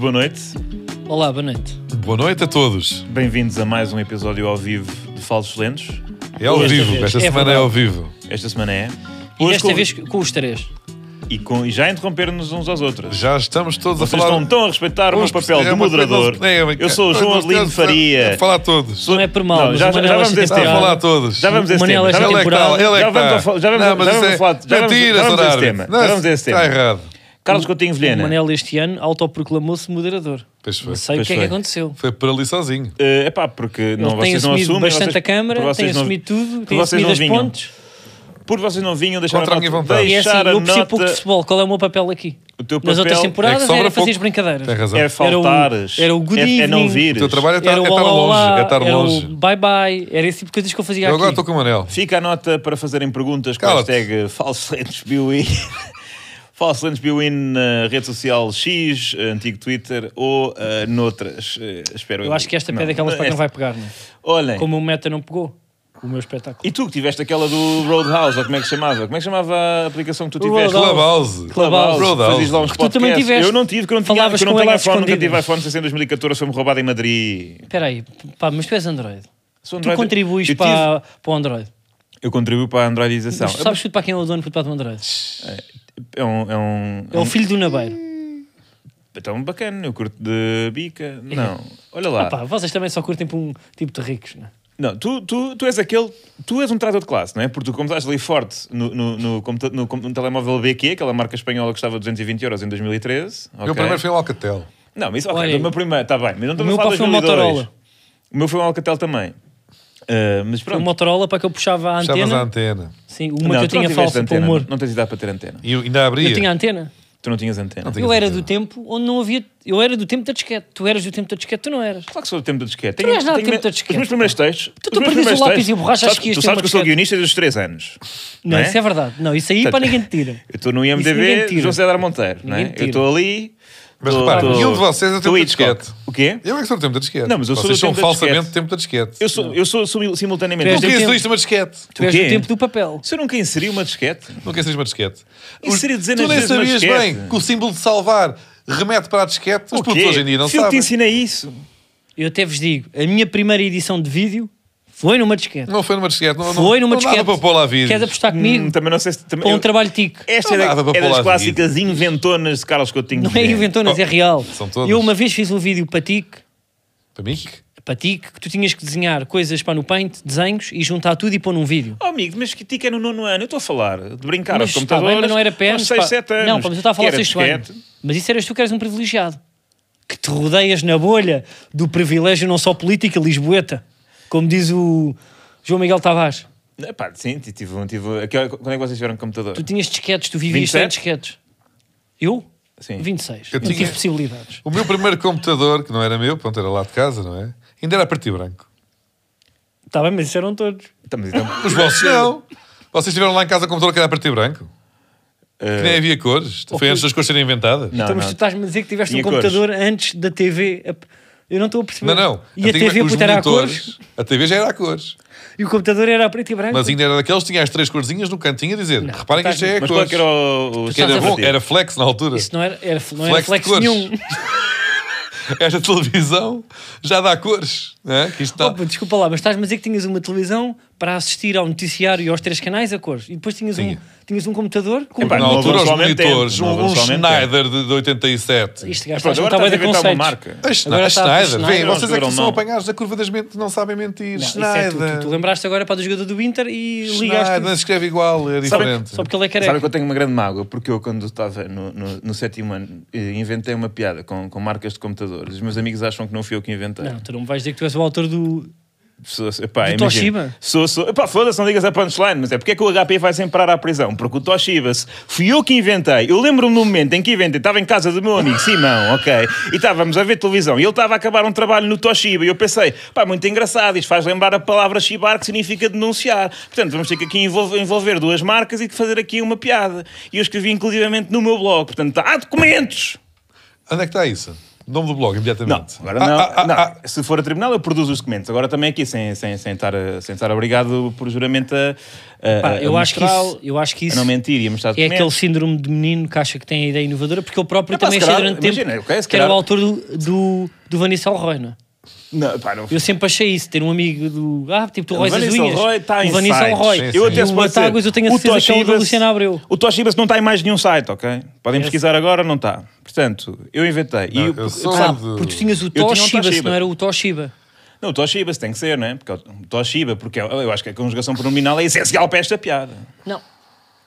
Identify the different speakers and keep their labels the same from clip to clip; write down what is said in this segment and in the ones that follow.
Speaker 1: boa noite.
Speaker 2: Olá, boa noite.
Speaker 3: Boa noite a todos.
Speaker 1: Bem-vindos a mais um episódio ao vivo de Falsos Lentos.
Speaker 3: É ao
Speaker 2: Esta
Speaker 3: vivo,
Speaker 2: vez.
Speaker 3: esta
Speaker 2: É
Speaker 3: semana é
Speaker 2: verdade.
Speaker 3: ao vivo.
Speaker 1: Esta semana é.
Speaker 2: E
Speaker 1: Hoje
Speaker 2: desta
Speaker 1: com-
Speaker 2: vez com os três.
Speaker 1: E, com- e já interromperam-nos uns aos outros.
Speaker 3: Já estamos todos
Speaker 1: Vocês
Speaker 3: a falar.
Speaker 1: estão tão a respeitar o meu
Speaker 3: Hoje
Speaker 1: papel
Speaker 3: é
Speaker 1: de
Speaker 3: uma coisa-
Speaker 1: moderador.
Speaker 3: é uma-
Speaker 1: Eu sou o
Speaker 3: é-
Speaker 1: João
Speaker 3: nós
Speaker 1: Adelino
Speaker 3: temos- é
Speaker 1: Faria.
Speaker 3: Falar a todos.
Speaker 2: Não é por mal,
Speaker 1: Não,
Speaker 2: mas
Speaker 1: já-
Speaker 2: o
Speaker 1: já
Speaker 2: Manuel
Speaker 1: vamos
Speaker 2: esta
Speaker 1: desse
Speaker 3: Está a
Speaker 1: temporada-
Speaker 3: falar a todos.
Speaker 1: Já vamos a esse
Speaker 2: Manuel,
Speaker 1: tema.
Speaker 2: esta
Speaker 1: Já
Speaker 3: Ele é
Speaker 1: vamos-
Speaker 3: que está.
Speaker 2: temporada-
Speaker 3: Ele é
Speaker 1: Já
Speaker 3: que
Speaker 1: vamos a
Speaker 3: está.
Speaker 1: fa- já vamos-
Speaker 3: Não, mas
Speaker 1: já
Speaker 3: isso
Speaker 1: vamos
Speaker 3: é-
Speaker 1: a falar- já vamos-
Speaker 3: Mentiras,
Speaker 1: já vamos a esse
Speaker 3: Horário.
Speaker 1: tema.
Speaker 3: Não,
Speaker 1: Já vamos a esse
Speaker 3: Está
Speaker 1: tema.
Speaker 3: errado.
Speaker 1: Carlos Coutinho
Speaker 2: O
Speaker 1: Vilhena.
Speaker 2: Manel este ano autoproclamou-se moderador.
Speaker 3: Pois foi.
Speaker 2: Não sei o
Speaker 1: Pois
Speaker 2: que é que
Speaker 1: foi.
Speaker 2: aconteceu.
Speaker 3: Foi por ali sozinho.
Speaker 1: É pá, porque não,
Speaker 2: Ele tem
Speaker 1: vocês não
Speaker 2: assumido
Speaker 1: assumem.
Speaker 2: bastante
Speaker 1: vocês-
Speaker 2: a Câmara,
Speaker 1: por
Speaker 2: tem
Speaker 1: vocês não-
Speaker 2: assumido tudo,
Speaker 1: por
Speaker 2: tem
Speaker 1: vocês
Speaker 2: assumido
Speaker 1: não
Speaker 2: as
Speaker 1: vinham.
Speaker 2: pontes.
Speaker 1: Por vocês não vinham, deixaram
Speaker 3: Contra a minha vontade.
Speaker 2: E é assim,
Speaker 1: Deixar a
Speaker 2: eu percebo pouco de
Speaker 1: nota.
Speaker 2: futebol. Qual é o meu papel aqui?
Speaker 1: O teu
Speaker 2: Nas outras
Speaker 1: papel-
Speaker 3: É que
Speaker 2: temporadas
Speaker 3: sobra
Speaker 2: era fazer
Speaker 3: pouco.
Speaker 2: as brincadeiras.
Speaker 3: Tem razão.
Speaker 1: É
Speaker 2: Era o-
Speaker 1: faltares.
Speaker 2: era o good
Speaker 1: é, é tá não
Speaker 2: evening.
Speaker 1: vires.
Speaker 3: O teu trabalho é estar,
Speaker 2: Era
Speaker 3: é
Speaker 2: o
Speaker 3: estar
Speaker 2: olá,
Speaker 3: longe.
Speaker 2: olá,
Speaker 3: É estar
Speaker 2: era
Speaker 3: longe.
Speaker 2: o bye-bye, era esse tipo de coisas que eu fazia
Speaker 3: Eu agora
Speaker 2: aqui.
Speaker 3: estou com o Manel.
Speaker 1: Fica a nota para fazerem perguntas com a
Speaker 3: Cala-te.
Speaker 1: hashtag FalsoLentesBiwin. FalsoLentesBiwin na rede social X, antigo Twitter ou ah, noutras. Eh, espero
Speaker 2: Eu acho que esta pé é daquelas para que não vai pegar, não é?
Speaker 1: Olhem.
Speaker 2: Como o Meta não pegou o meu espetáculo.
Speaker 1: E tu que tiveste aquela do Roadhouse, ou como é que chamava? Como é que chamava a aplicação que tu tiveste?
Speaker 2: Roadhouse.
Speaker 3: Clubhouse.
Speaker 2: Clubhouse.
Speaker 3: Roadhouse.
Speaker 1: Fazias lá uns
Speaker 2: tu também
Speaker 1: podcasts.
Speaker 2: tiveste.
Speaker 1: Eu não tive, porque eu não tinha,
Speaker 2: Falavas
Speaker 1: porque eu não
Speaker 2: com
Speaker 1: tenho
Speaker 2: ela às
Speaker 1: iPhone, nunca tive
Speaker 2: escondidas.
Speaker 1: iPhone, assim, em 2014 foi-me roubado em Madrid.
Speaker 2: Espera aí, pá, mas tu és Android.
Speaker 1: Sou
Speaker 2: Tu
Speaker 1: Android-
Speaker 2: contribuís
Speaker 1: eu tive-
Speaker 2: para, para o Android.
Speaker 1: Eu contribuo para a androidização.
Speaker 2: Mas tu sabes tudo para quem é o dono do para o Android.
Speaker 1: É um... É um,
Speaker 2: É o filho do Nabeiro.
Speaker 1: Então, bacana, eu curto de bica. Não, olha lá.
Speaker 2: Ah, pá, vocês também só curtem para um tipo de ricos, não é?
Speaker 1: Não, tu, tu, tu és aquele. Tu és um trator de classe, não é? Porque tu começaste ali forte no, no, no, computa- no, com- no telemóvel BQ, aquela marca espanhola que custava 220 euros em 2013. ok?
Speaker 3: Eu primeiro fui ao Alcatel.
Speaker 1: Não, mas isso, ok,
Speaker 2: Olha,
Speaker 1: o meu primeiro. Está bem, mas não
Speaker 2: O
Speaker 1: estamos a
Speaker 2: meu
Speaker 1: falar
Speaker 2: pá
Speaker 1: de
Speaker 2: foi um
Speaker 1: 2002.
Speaker 2: Motorola.
Speaker 1: O meu foi um Alcatel também. Ah, mas
Speaker 2: Foi um
Speaker 1: pronto.
Speaker 2: Motorola para que eu puxava a
Speaker 3: Chamas
Speaker 2: antena.
Speaker 3: a antena.
Speaker 2: Sim,
Speaker 1: Não,
Speaker 2: uma que eu
Speaker 1: tu não
Speaker 2: tinha
Speaker 1: tiveste
Speaker 2: falsa para o
Speaker 1: antena.
Speaker 2: humor.
Speaker 1: Não tens idade para ter antena.
Speaker 3: E eu ainda abria.
Speaker 2: Eu tinha antena.
Speaker 1: Tu não tinhas antena.
Speaker 3: tinha.
Speaker 2: Eu era
Speaker 3: antena.
Speaker 2: do tempo onde não havia. Eu era do tempo da disquete. Tu eras do tempo da disquete, tu não eras.
Speaker 1: Claro que sou do tempo do disquete.
Speaker 2: não és nada do tempo do
Speaker 1: Os
Speaker 2: disquete.
Speaker 1: meus primeiros textos. Tu,
Speaker 2: perdes o lápis e a borracha, achas que ias
Speaker 1: Tu
Speaker 2: ter
Speaker 1: sabes
Speaker 2: uma
Speaker 1: que eu sou
Speaker 2: disquete.
Speaker 1: guionista desde os 3 anos.
Speaker 2: Não, isso é verdade. Não, isso aí para ninguém te tira.
Speaker 1: Eu estou no
Speaker 2: ninguém
Speaker 1: IMDB
Speaker 2: tira.
Speaker 1: José Dar Monteiro, não
Speaker 2: Ninguém
Speaker 1: é?
Speaker 2: tira.
Speaker 1: Eu estou ali.
Speaker 3: Mas
Speaker 1: tô-
Speaker 3: repara,
Speaker 1: tô-
Speaker 3: nenhum de vocês é
Speaker 1: tô
Speaker 3: tempo de
Speaker 1: Hitchcock.
Speaker 3: disquete.
Speaker 1: O quê?
Speaker 3: Eu é que sou do tempo da disquete.
Speaker 1: Não, mas eu sou
Speaker 3: Vocês
Speaker 1: do tempo
Speaker 3: são
Speaker 1: da
Speaker 3: falsamente
Speaker 1: disquete.
Speaker 3: tempo da disquete.
Speaker 1: Eu sou, eu sou simil- simultaneamente.
Speaker 2: Tu és
Speaker 3: Nunca
Speaker 2: do tempo.
Speaker 3: inseriste uma disquete.
Speaker 2: Tu és do
Speaker 1: quê?
Speaker 2: tempo do papel.
Speaker 1: Se eu nunca inseri uma disquete,
Speaker 3: Nunca inseriste uma disquete.
Speaker 1: Inseri
Speaker 3: Os-
Speaker 1: dezenas
Speaker 3: Tu nem
Speaker 1: de vezes uma
Speaker 3: sabias
Speaker 1: disquete.
Speaker 3: bem que o símbolo de salvar remete para a disquete. Os
Speaker 1: o quê?
Speaker 3: putos hoje em dia não
Speaker 1: Se eu te
Speaker 3: sabem.
Speaker 1: ensinei isso,
Speaker 2: Eu até vos digo, a minha primeira edição de vídeo foi numa disquete.
Speaker 3: Não foi numa disquete. Não,
Speaker 2: Foi
Speaker 3: não,
Speaker 2: numa
Speaker 3: não dava
Speaker 2: disquete.
Speaker 3: para pôr lá vídeos.
Speaker 2: Queres apostar comigo
Speaker 1: hum, também não sei se. Também,
Speaker 2: para um
Speaker 1: eu-
Speaker 2: trabalho tico?
Speaker 1: Esta
Speaker 3: Não
Speaker 1: é, da-
Speaker 3: dava para
Speaker 1: é
Speaker 3: pôr lá
Speaker 1: das
Speaker 3: as
Speaker 1: clássicas inventonas de Carlos Coutinho.
Speaker 2: Não é
Speaker 1: Vilhena.
Speaker 2: inventonas, é real.
Speaker 3: Oh, São todas.
Speaker 2: Eu uma vez fiz um vídeo para tico,
Speaker 3: Para mim?
Speaker 2: para tico, que tu tinhas que desenhar coisas para no paint, desenhos, e juntar tudo e pôr num vídeo.
Speaker 1: Oh, amigo, mas que tica é no nono ano? Eu estou a falar de brincar
Speaker 2: mas,
Speaker 1: aos
Speaker 2: pá,
Speaker 1: computadores.
Speaker 2: bem, mas não era
Speaker 1: aos
Speaker 2: pens.
Speaker 1: seis,
Speaker 2: pá.
Speaker 1: sete anos.
Speaker 2: Não, pá, mas eu estava a falar
Speaker 1: Que era
Speaker 2: sexto ano.
Speaker 1: disquete.
Speaker 2: Mas isso eras tu que eras um privilegiado. Que te rodeias na bolha do privilégio não só política, lisboeta. Como diz o João Miguel Tavares.
Speaker 1: Eh, Pá, sim, t- tive, um- tive, aquela- quando é que vocês tiveram computador?
Speaker 2: Tu tinhas disquetes, tu vivias sem
Speaker 1: 27?
Speaker 2: disquetes. Eu?
Speaker 1: Sim.
Speaker 2: 26.
Speaker 3: Eu
Speaker 2: não
Speaker 3: tinha-
Speaker 2: tive possibilidades.
Speaker 3: O meu primeiro computador, que não era meu, pronto, era lá de casa, não é? Ainda era preto e branco.
Speaker 2: Está bem, mas isso eram todos.
Speaker 1: Tá, mas então-
Speaker 3: Os vossos não. Vocês tiveram lá em casa um computador que era preto e branco?
Speaker 1: Eh,
Speaker 3: Que nem havia cores. Foi antes das cores serem inventadas.
Speaker 1: Não,
Speaker 2: então, mas
Speaker 1: não.
Speaker 2: tu estás-me a dizer que tiveste
Speaker 1: Tinha
Speaker 2: um computador antes da TV. a- Eu não estou a perceber.
Speaker 3: Não, não.
Speaker 2: E a
Speaker 3: Antigamente,
Speaker 2: TV
Speaker 3: os
Speaker 2: puta, era a cores
Speaker 3: monitores- A TV já era a cores.
Speaker 2: e o computador era a preto e branco.
Speaker 3: Mas ainda era daqueles que tinha as três corzinhas no cantinho a dizer: reparem que isto já é
Speaker 1: Mas qual
Speaker 3: cores.
Speaker 1: que era o, o
Speaker 3: Que é era
Speaker 2: Estás a
Speaker 3: bom,
Speaker 1: chamativo?
Speaker 3: era flex na altura.
Speaker 2: Isso não era, era- é não era
Speaker 3: Flex de
Speaker 2: flex
Speaker 3: cores.
Speaker 2: nenhum.
Speaker 3: Esta televisão já dá cores. Não é? Que isto está-
Speaker 2: Opa, desculpa lá, mas estás-me a dizer que tinhas uma televisão para assistir ao noticiário e aos três canais a cores. E depois tinhas,
Speaker 3: Tinha.
Speaker 2: Um, tinhas um computador com
Speaker 1: Epá,
Speaker 3: na
Speaker 1: não
Speaker 3: altura, os
Speaker 1: eventualmente
Speaker 3: monitores,
Speaker 1: é. Não
Speaker 3: um, um
Speaker 1: eventualmente é.
Speaker 3: Schneider de, de 87.
Speaker 2: Isto
Speaker 1: Mas
Speaker 2: gajo um
Speaker 1: pronto, agora
Speaker 2: não estava
Speaker 1: estás a
Speaker 2: de
Speaker 1: inventar uma
Speaker 2: conceitos.
Speaker 1: marca.
Speaker 3: A Schne-
Speaker 2: Agora
Speaker 3: a
Speaker 2: está a
Speaker 3: é Schneider.
Speaker 2: Schneider.
Speaker 3: Vêem, vocês é
Speaker 1: Agora
Speaker 3: que são
Speaker 1: não.
Speaker 3: apanhados da curva das mentes, não sabem mentir.
Speaker 2: Não, isso é
Speaker 3: Schneider.
Speaker 2: tu, tu, tu lembraste agora para do jogador do Inter e
Speaker 3: Schneider,
Speaker 2: ligaste
Speaker 3: não se escreve igual, é
Speaker 1: Sabe-
Speaker 3: diferente.
Speaker 2: só porque ele é
Speaker 1: Sabe
Speaker 2: careca.
Speaker 1: que eu tenho uma grande mágoa? Porque eu, quando estava no, no, no sétimo ano, eh, inventei uma piada com, com marcas de computadores. Os meus amigos acham que não fui eu que inventei.
Speaker 2: Não, tu não me vais dizer que tu és o autor do.
Speaker 1: Sou, epá,
Speaker 2: Do
Speaker 1: imagina.
Speaker 2: Toshiba?
Speaker 1: Sou, sou, epá, foda-se, não digas a punchline, mas é porque é que o HP vai sempre parar à prisão? Porque o Toshiba, se- fui eu que inventei. Eu lembro-me no momento em que inventei, estava em casa do meu amigo Simão, ok? E estávamos a ver televisão e ele estava a acabar um trabalho no Toshiba e eu pensei, pá, muito engraçado, isto faz lembrar a palavra shibar que significa denunciar. Portanto, vamos ter que aqui envolver, envolver duas marcas e fazer aqui uma piada. E eu escrevi inclusivamente no meu blog, portanto, há documentos!
Speaker 3: Onde é que está isso? Nome do blog,
Speaker 1: Não,
Speaker 3: imediatamente.
Speaker 1: agora
Speaker 3: Ah,
Speaker 1: não.
Speaker 3: ah, ah,
Speaker 1: Não,
Speaker 3: ah.
Speaker 1: Se for a tribunal, eu produzo os documentos. Agora também aqui, sem, sem, sem, estar, a- sem estar obrigado por juramento a, a,
Speaker 2: Pá,
Speaker 1: a
Speaker 2: eu, acho que
Speaker 1: mostrá-lo,
Speaker 2: isso, eu acho que
Speaker 1: a
Speaker 2: isso
Speaker 1: é não mentir e a mostrar
Speaker 2: é
Speaker 1: documentos.
Speaker 2: aquele síndrome de menino que acha que tem a ideia inovadora, porque ele próprio
Speaker 1: É pá,
Speaker 2: também
Speaker 1: se
Speaker 2: achei
Speaker 1: calhar,
Speaker 2: durante tempo
Speaker 1: imagina, ok, se
Speaker 2: que era o
Speaker 1: calhar-
Speaker 2: autor do, do, do Vanessa Alroy, não é?
Speaker 1: Não, pá, não
Speaker 2: Eu sempre achei isso, ter um amigo do. Ah, tipo, tu
Speaker 1: O
Speaker 2: róis as
Speaker 1: Vanessa
Speaker 2: unhas.
Speaker 1: Alroy está tá em
Speaker 2: o Vanessa
Speaker 1: sites.
Speaker 2: Alroy.
Speaker 3: Sim, sim.
Speaker 1: Eu até
Speaker 2: E
Speaker 1: se
Speaker 2: o
Speaker 1: pode dizer,
Speaker 2: Batáguas, um eu tenho a
Speaker 1: o
Speaker 2: certeza que é o da
Speaker 1: Toshibas-
Speaker 2: Luciana Abreu.
Speaker 1: O Toshibas não está em mais nenhum site, ok? Podem
Speaker 2: Esse.
Speaker 1: pesquisar agora, não está. Portanto, eu inventei. E
Speaker 3: Não,
Speaker 1: o-
Speaker 3: eu sou-
Speaker 2: Ah,
Speaker 3: de-
Speaker 2: porque tu tinhas o
Speaker 1: tinha um
Speaker 2: Toshiba, se
Speaker 1: Toshiba.
Speaker 2: não era o Toshiba.
Speaker 1: Não, o Toshiba tem que ser, não é? Porque é o Toshiba, porque eu, eu acho que a conjugação pronominal é essencial para esta piada.
Speaker 2: Não.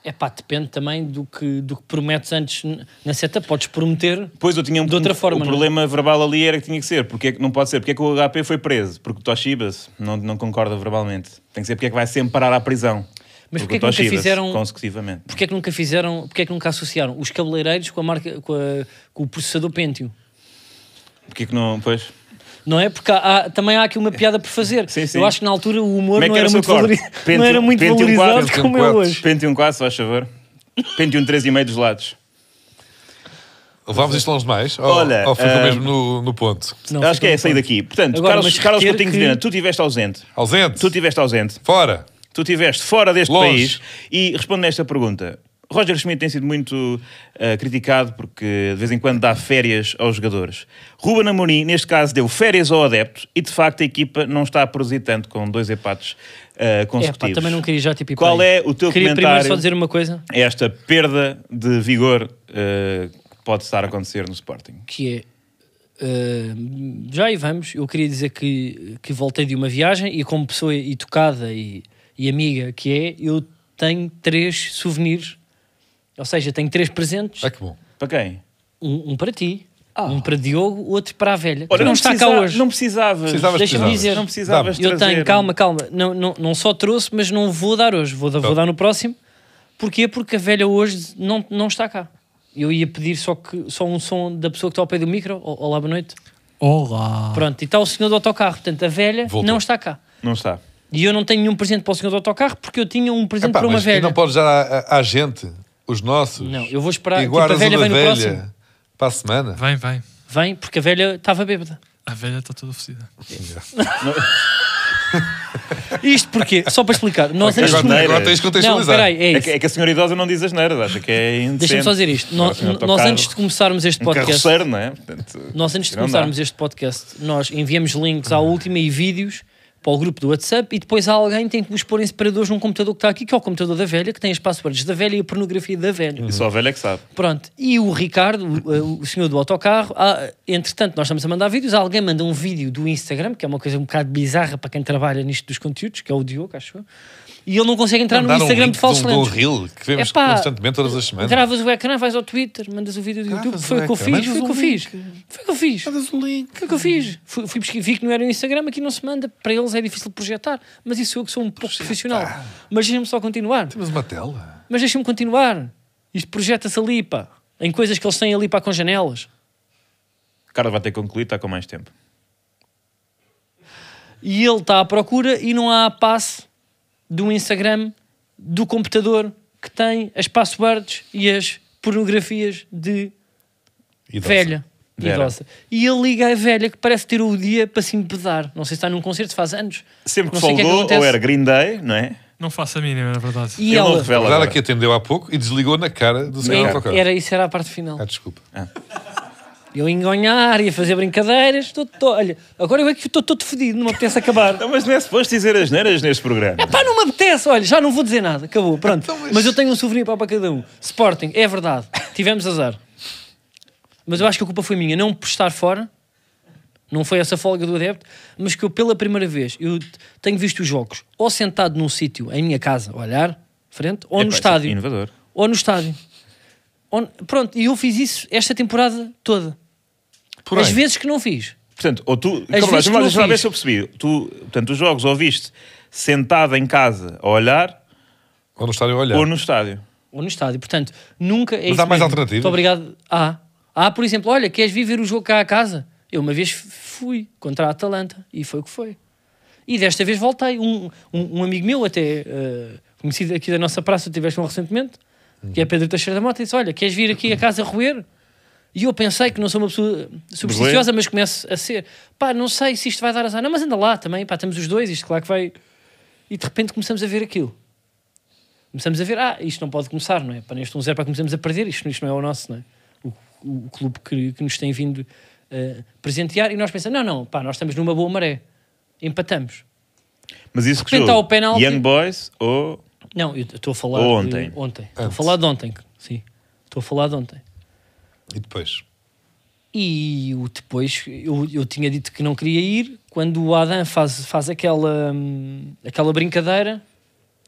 Speaker 2: É pá, depende também do que, do que prometes antes n- na seta. Podes prometer.
Speaker 1: Depois eu tinha um,
Speaker 2: De outra
Speaker 1: um-
Speaker 2: forma,
Speaker 1: o
Speaker 2: não é?
Speaker 1: problema verbal ali era que tinha que ser. Porque é que não pode ser? Porque é que o HP foi preso? Porque o Toshiba não, não concorda verbalmente. Tem que ser porque é que vai sempre parar à prisão.
Speaker 2: Mas
Speaker 1: Porque
Speaker 2: porquê
Speaker 1: o
Speaker 2: que nunca
Speaker 1: Toshiba,
Speaker 2: fizeram-
Speaker 1: Consecutivamente.
Speaker 2: Porquê é que nunca fizeram, porquê é que nunca associaram os cabeleireiros com a marca, com, a- com o processador Pentium?
Speaker 1: Porque é que não. Pois.
Speaker 2: Não é? Porque há- há- também há aqui uma piada por fazer.
Speaker 1: Sim, sim.
Speaker 2: Eu acho que na altura o humor
Speaker 1: Como é
Speaker 2: não
Speaker 1: que era
Speaker 2: era,
Speaker 1: o seu
Speaker 2: muito
Speaker 1: corte?
Speaker 2: valori-
Speaker 1: Pentium-
Speaker 2: não era muito
Speaker 1: Pentium quatro,
Speaker 2: valorizado
Speaker 3: Pentium
Speaker 2: como é
Speaker 3: quatro.
Speaker 2: hoje.
Speaker 1: Pentium 4, um se faz favor. um Pentium 3,5 dos lados.
Speaker 3: Levámos isto longe demais? Ou,
Speaker 1: Olha,
Speaker 3: ou foi
Speaker 1: ah,
Speaker 3: mesmo no, no ponto?
Speaker 2: Não,
Speaker 1: Acho que é
Speaker 2: fica
Speaker 1: sair
Speaker 2: muito
Speaker 1: daqui. Portanto,
Speaker 2: Agora,
Speaker 1: Carlos,
Speaker 2: mas
Speaker 1: Carlos
Speaker 2: requer
Speaker 1: Coutinho de
Speaker 2: que-
Speaker 1: Vilhena, tu estiveste ausente.
Speaker 3: Ausente?
Speaker 1: Tu estiveste ausente.
Speaker 3: Fora?
Speaker 1: Tu estiveste fora deste
Speaker 3: Longe.
Speaker 1: país. E responde esta pergunta. Roger Schmidt tem sido muito ah, criticado porque de vez em quando dá férias aos jogadores. Ruben Amorim, neste caso, deu férias ao adepto e de facto a equipa não está a produzir tanto com dois empates ah,
Speaker 2: É,
Speaker 1: consecutivos.
Speaker 2: pá, também não queria já tipo ir
Speaker 1: Qual
Speaker 2: para aí.
Speaker 1: é o teu
Speaker 2: queria
Speaker 1: comentário?
Speaker 2: primeiro só dizer uma coisa,
Speaker 1: Esta perda de vigor ah, que pode estar a acontecer no Sporting.
Speaker 2: que é... eh, já aí vamos. Eu queria dizer que, que voltei de uma viagem e como pessoa educada e, e amiga que é, eu tenho três souvenirs. Ou seja, tenho três presentes.
Speaker 3: Ah, que bom.
Speaker 1: Para quem?
Speaker 2: Um, um para ti, um para Diogo, outro para a velha. que
Speaker 1: Olha,
Speaker 2: não, está cá
Speaker 1: precisa-
Speaker 2: hoje.
Speaker 1: Não precisavas.
Speaker 3: Precisavas,
Speaker 2: Deixa-me
Speaker 3: precisavas.
Speaker 2: dizer.
Speaker 1: Não precisavas
Speaker 2: Eu
Speaker 1: trazer.
Speaker 2: tenho,
Speaker 3: um-
Speaker 2: calma, calma. Não, não, não só trouxe, mas não vou dar hoje. Vou, dar- vou dar no próximo. Porquê? Porque a velha hoje não, não está cá. Eu ia pedir só, que, só um som da pessoa que está ao pé do micro. O- Olá, boa noite.
Speaker 4: Olá.
Speaker 2: Pronto, e está o senhor do autocarro. Portanto, a velha
Speaker 3: Voltou.
Speaker 2: não está cá.
Speaker 1: Não está.
Speaker 2: E eu não tenho nenhum presente para o senhor do autocarro porque eu tinha um presente
Speaker 3: Epá,
Speaker 2: para uma
Speaker 3: mas tu
Speaker 2: velha.
Speaker 3: não podes dar à, à- à gente os nossos.
Speaker 2: Não, eu vou esperar.
Speaker 3: E
Speaker 2: Tipo, a
Speaker 3: guardas
Speaker 2: velha
Speaker 3: o
Speaker 2: vem
Speaker 3: da
Speaker 2: no
Speaker 3: velha
Speaker 2: próximo.
Speaker 3: para a semana.
Speaker 4: Vem, vem.
Speaker 2: Vem, porque a velha estava bêbada.
Speaker 4: A velha está toda oferecida.
Speaker 2: Isto porquê? Só para explicar. Nós antes de-
Speaker 3: Agora,
Speaker 1: neiras.
Speaker 3: agora tens de
Speaker 2: Não,
Speaker 3: contextualizar.
Speaker 2: espera aí, é
Speaker 1: É
Speaker 2: isso.
Speaker 1: que, é que a senhora idosa não diz as neiras, acha que é indecente.
Speaker 2: Deixa-me só dizer isto. Nó-
Speaker 1: Assim, um
Speaker 2: Nós,
Speaker 1: autocarro,
Speaker 2: antes de começarmos este
Speaker 1: um
Speaker 2: podcast,
Speaker 1: carroceiro, não é? Portanto,
Speaker 2: nós antes de
Speaker 1: não dá.
Speaker 2: começarmos este podcast, nós enviamos links à última e vídeos para o grupo do WhatsApp e depois há alguém que tem que os pôr em separadores num computador que está aqui, que é o computador da velha, que tem as passwords da velha e a pornografia da velha.
Speaker 1: E só a velha é que sabe.
Speaker 2: Pronto. E o Ricardo, o, o senhor do autocarro, há- entretanto, nós estamos a mandar vídeos. Alguém manda um vídeo do Instagram, que é uma coisa um bocado bizarra para quem trabalha nisto dos conteúdos, que é o Diogo, acho eu. E ele não consegue entrar no
Speaker 3: Mandar um
Speaker 2: Instagram
Speaker 3: link
Speaker 2: de falsos
Speaker 3: um- de um
Speaker 2: lentes.
Speaker 3: reel que vemos
Speaker 2: Epá,
Speaker 3: constantemente todas as semanas.
Speaker 2: Gravas o ecrã, vais ao Twitter, mandas o vídeo do
Speaker 3: Gravas
Speaker 2: YouTube.
Speaker 3: o
Speaker 2: Foi o que eu
Speaker 3: ecrã,
Speaker 2: fiz,
Speaker 3: mandas um
Speaker 2: foi o que eu
Speaker 3: o
Speaker 2: fiz. Foi o que eu fiz. Foi
Speaker 3: Mandas o um link.
Speaker 2: o que eu fiz. Fui, fui pesquisar, vi que não era no Instagram, aqui não se manda. Para eles é difícil projetar. Mas isso eu que sou um pouco profissional. Mas deixa-me só continuar.
Speaker 3: Temos uma tela.
Speaker 2: Mas deixa-me continuar. Isto projeta-se ali, pá. Em coisas que eles têm ali, pá, com janelas.
Speaker 1: O Carlos vai ter que concluir, está com mais tempo.
Speaker 2: E ele está à procura e não há a passe do Instagram, do computador, que tem as passwords e as pornografias de
Speaker 3: Idosa.
Speaker 2: velha.
Speaker 1: Vera.
Speaker 2: Idosa. E ele liga a velha que parece ter o dia para se embedar. Não sei se está num concerto, faz anos.
Speaker 1: Sempre que
Speaker 2: Não sei o que é que
Speaker 1: falou, ou
Speaker 2: acontece.
Speaker 1: era Green Day, não é?
Speaker 4: Não faço a mínima, na verdade.
Speaker 2: E
Speaker 1: Ele não
Speaker 2: ela.
Speaker 1: revela.
Speaker 3: A Clara
Speaker 1: agora.
Speaker 3: que atendeu há pouco e desligou na cara do senhor
Speaker 2: Não,
Speaker 3: do autocarro.
Speaker 2: É, era isso, era a parte final.
Speaker 3: Ah, desculpa.
Speaker 2: Eu ia enganhar, ia fazer brincadeiras. Estou, estou- olha, agora eu é que estou todo fodido, não me apetece acabar.
Speaker 1: Não, mas não é suposto dizer as neiras neste programa.
Speaker 2: Pá, não me apetece, olha, já não vou dizer nada, acabou, pronto.
Speaker 1: Então,
Speaker 2: mas... eu tenho um souvenir para para cada um. Sporting, é verdade, tivemos azar. Mas eu acho que a culpa foi minha, não por estar fora, não foi essa folga do adepto, mas que eu pela primeira vez, eu t- tenho visto os jogos ou sentado num sítio, em minha casa, a olhar, frente, ou
Speaker 1: Epá,
Speaker 2: no
Speaker 1: isso é
Speaker 2: estádio.
Speaker 1: Inovador.
Speaker 2: Ou no estádio. Ou- pronto, e eu fiz isso esta temporada toda.
Speaker 3: Por
Speaker 2: As
Speaker 3: aí.
Speaker 2: vezes que não fiz.
Speaker 1: Portanto, ou tu. Calma, lá,
Speaker 2: vezes
Speaker 1: deixa-me lá-
Speaker 2: que não
Speaker 1: deixa-me lá ver
Speaker 2: fiz.
Speaker 1: se eu percebi. Tu, portanto, os jogos ouviste sentado em casa a olhar
Speaker 3: Ou não estarem a olhar.
Speaker 1: ou no estádio.
Speaker 2: ou no estádio. Portanto, nunca é
Speaker 3: Mas
Speaker 2: isso
Speaker 3: há mais
Speaker 2: mesmo.
Speaker 3: alternativas?
Speaker 2: Muito obrigado. Há. Há, por exemplo, olha, queres vir ver o jogo cá a casa? Eu uma vez fui contra a Atalanta e foi o que foi. E desta vez voltei. Um, um, um amigo meu, até eh, conhecido aqui da nossa praça, tiveste um recentemente, que é Pedro Teixeira da Mota, disse: Olha, queres vir aqui a casa roer? E eu pensei que não sou uma pessoa supersticiosa, mas começo a ser. Pá, não sei se isto vai dar azar. Não, mas anda lá também. Pá, temos os dois, isto claro que vai... E de repente começamos a ver aquilo. Começamos a ver, ah, isto não pode começar, não é? Para neste 1-0 para começamos a perder, isto, isto não é o nosso, não é? O, o- o clube que, que nos tem vindo eh, presentear. E nós pensamos, não, não, pá, nós estamos numa boa maré. Empatamos.
Speaker 1: Mas isso que
Speaker 2: repente
Speaker 1: jogo?
Speaker 2: há o penalti.
Speaker 1: Young Boys ou...
Speaker 2: Não, eu estou a falar
Speaker 1: Ou
Speaker 2: de-
Speaker 1: ontem.
Speaker 2: ontem. Estou a
Speaker 3: Antes.
Speaker 2: falar de ontem, sim. Estou a falar de ontem.
Speaker 3: E depois?
Speaker 2: E o depois, eu, eu tinha dito que não queria ir. Quando o Adam faz, faz aquela, hum, aquela brincadeira,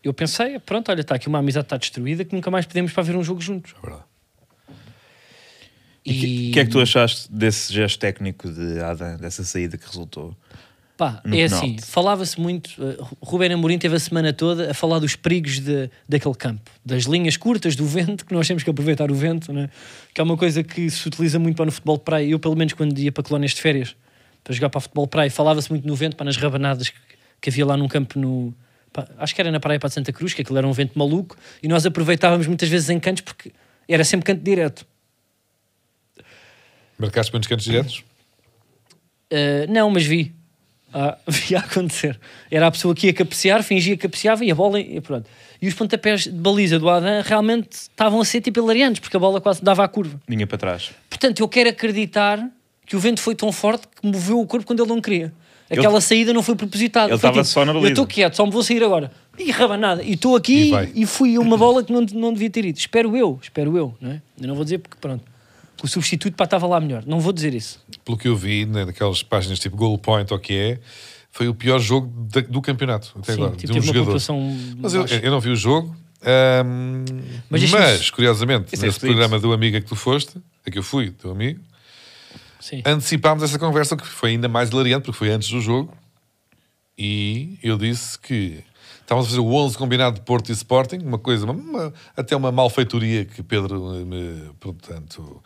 Speaker 2: eu pensei: pronto, olha, está aqui uma amizade está destruída que nunca mais podemos para ver um jogo juntos.
Speaker 3: É verdade.
Speaker 1: O que, que é que tu achaste desse gesto técnico de Adam, dessa saída que resultou?
Speaker 2: Pá,
Speaker 1: No
Speaker 2: é
Speaker 1: penalti.
Speaker 2: assim, falava-se muito. eh, Ru- Ruben Amorim teve a semana toda a falar dos perigos de, daquele campo, das linhas curtas do vento, que nós temos que aproveitar o vento, né? que é uma coisa que se utiliza muito para no futebol de praia. Eu, pelo menos, quando ia para colónias de férias para jogar para futebol de praia, falava-se muito no vento, para nas rabanadas que, que havia lá num campo no. pá, acho que era na praia para de Santa Cruz, que aquilo era um vento maluco, e nós aproveitávamos muitas vezes em cantos porque era sempre canto direto.
Speaker 3: Marcaste muitos cantos diretos?
Speaker 2: Uh, não, mas vi. Ah, vi a acontecer. Era a pessoa que ia cabecear, fingia que cabeceava e a bola. E, pronto. e os pontapés de baliza do Adam realmente estavam a ser tipo hilariantes, porque a bola quase dava à curva.
Speaker 1: Vinha para trás.
Speaker 2: Portanto, eu quero acreditar que o vento foi tão forte que moveu o corpo quando ele não queria. Aquela saída não foi propositada.
Speaker 1: Ele
Speaker 2: Foi tipo,
Speaker 1: estava só na baliza.
Speaker 2: Eu estou quieto, só me vou sair agora. E rabanada. E estou aqui
Speaker 3: E
Speaker 2: e,
Speaker 3: vai.
Speaker 2: fui a uma bola que não, não devia ter ido. Espero eu, espero eu. Não é? Eu não vou dizer porque, pronto, o substituto pá, estava lá melhor. Não vou dizer isso.
Speaker 3: Pelo que eu vi, né, naquelas páginas tipo Goal Point ou o que é, foi o pior jogo da- do campeonato até
Speaker 2: Sim,
Speaker 3: agora,
Speaker 2: tipo,
Speaker 3: de um
Speaker 2: teve uma
Speaker 3: jogador.
Speaker 2: pontuação.
Speaker 3: Mas eu,
Speaker 2: baixa.
Speaker 3: eu não vi o jogo. ahm,
Speaker 2: Mas
Speaker 3: mas,
Speaker 2: deixa-me-
Speaker 3: curiosamente,
Speaker 1: Isso é
Speaker 3: nesse
Speaker 1: esquisito.
Speaker 3: programa do amigo a que tu foste, a que eu fui, teu amigo, É,
Speaker 2: Sim.
Speaker 3: antecipámos essa conversa que foi ainda mais hilariante, porque foi antes do jogo. E eu disse que estávamos a fazer o 11 combinado de Porto e Sporting, uma coisa, uma- uma- até uma malfeitoria que Pedro eh, me, portanto,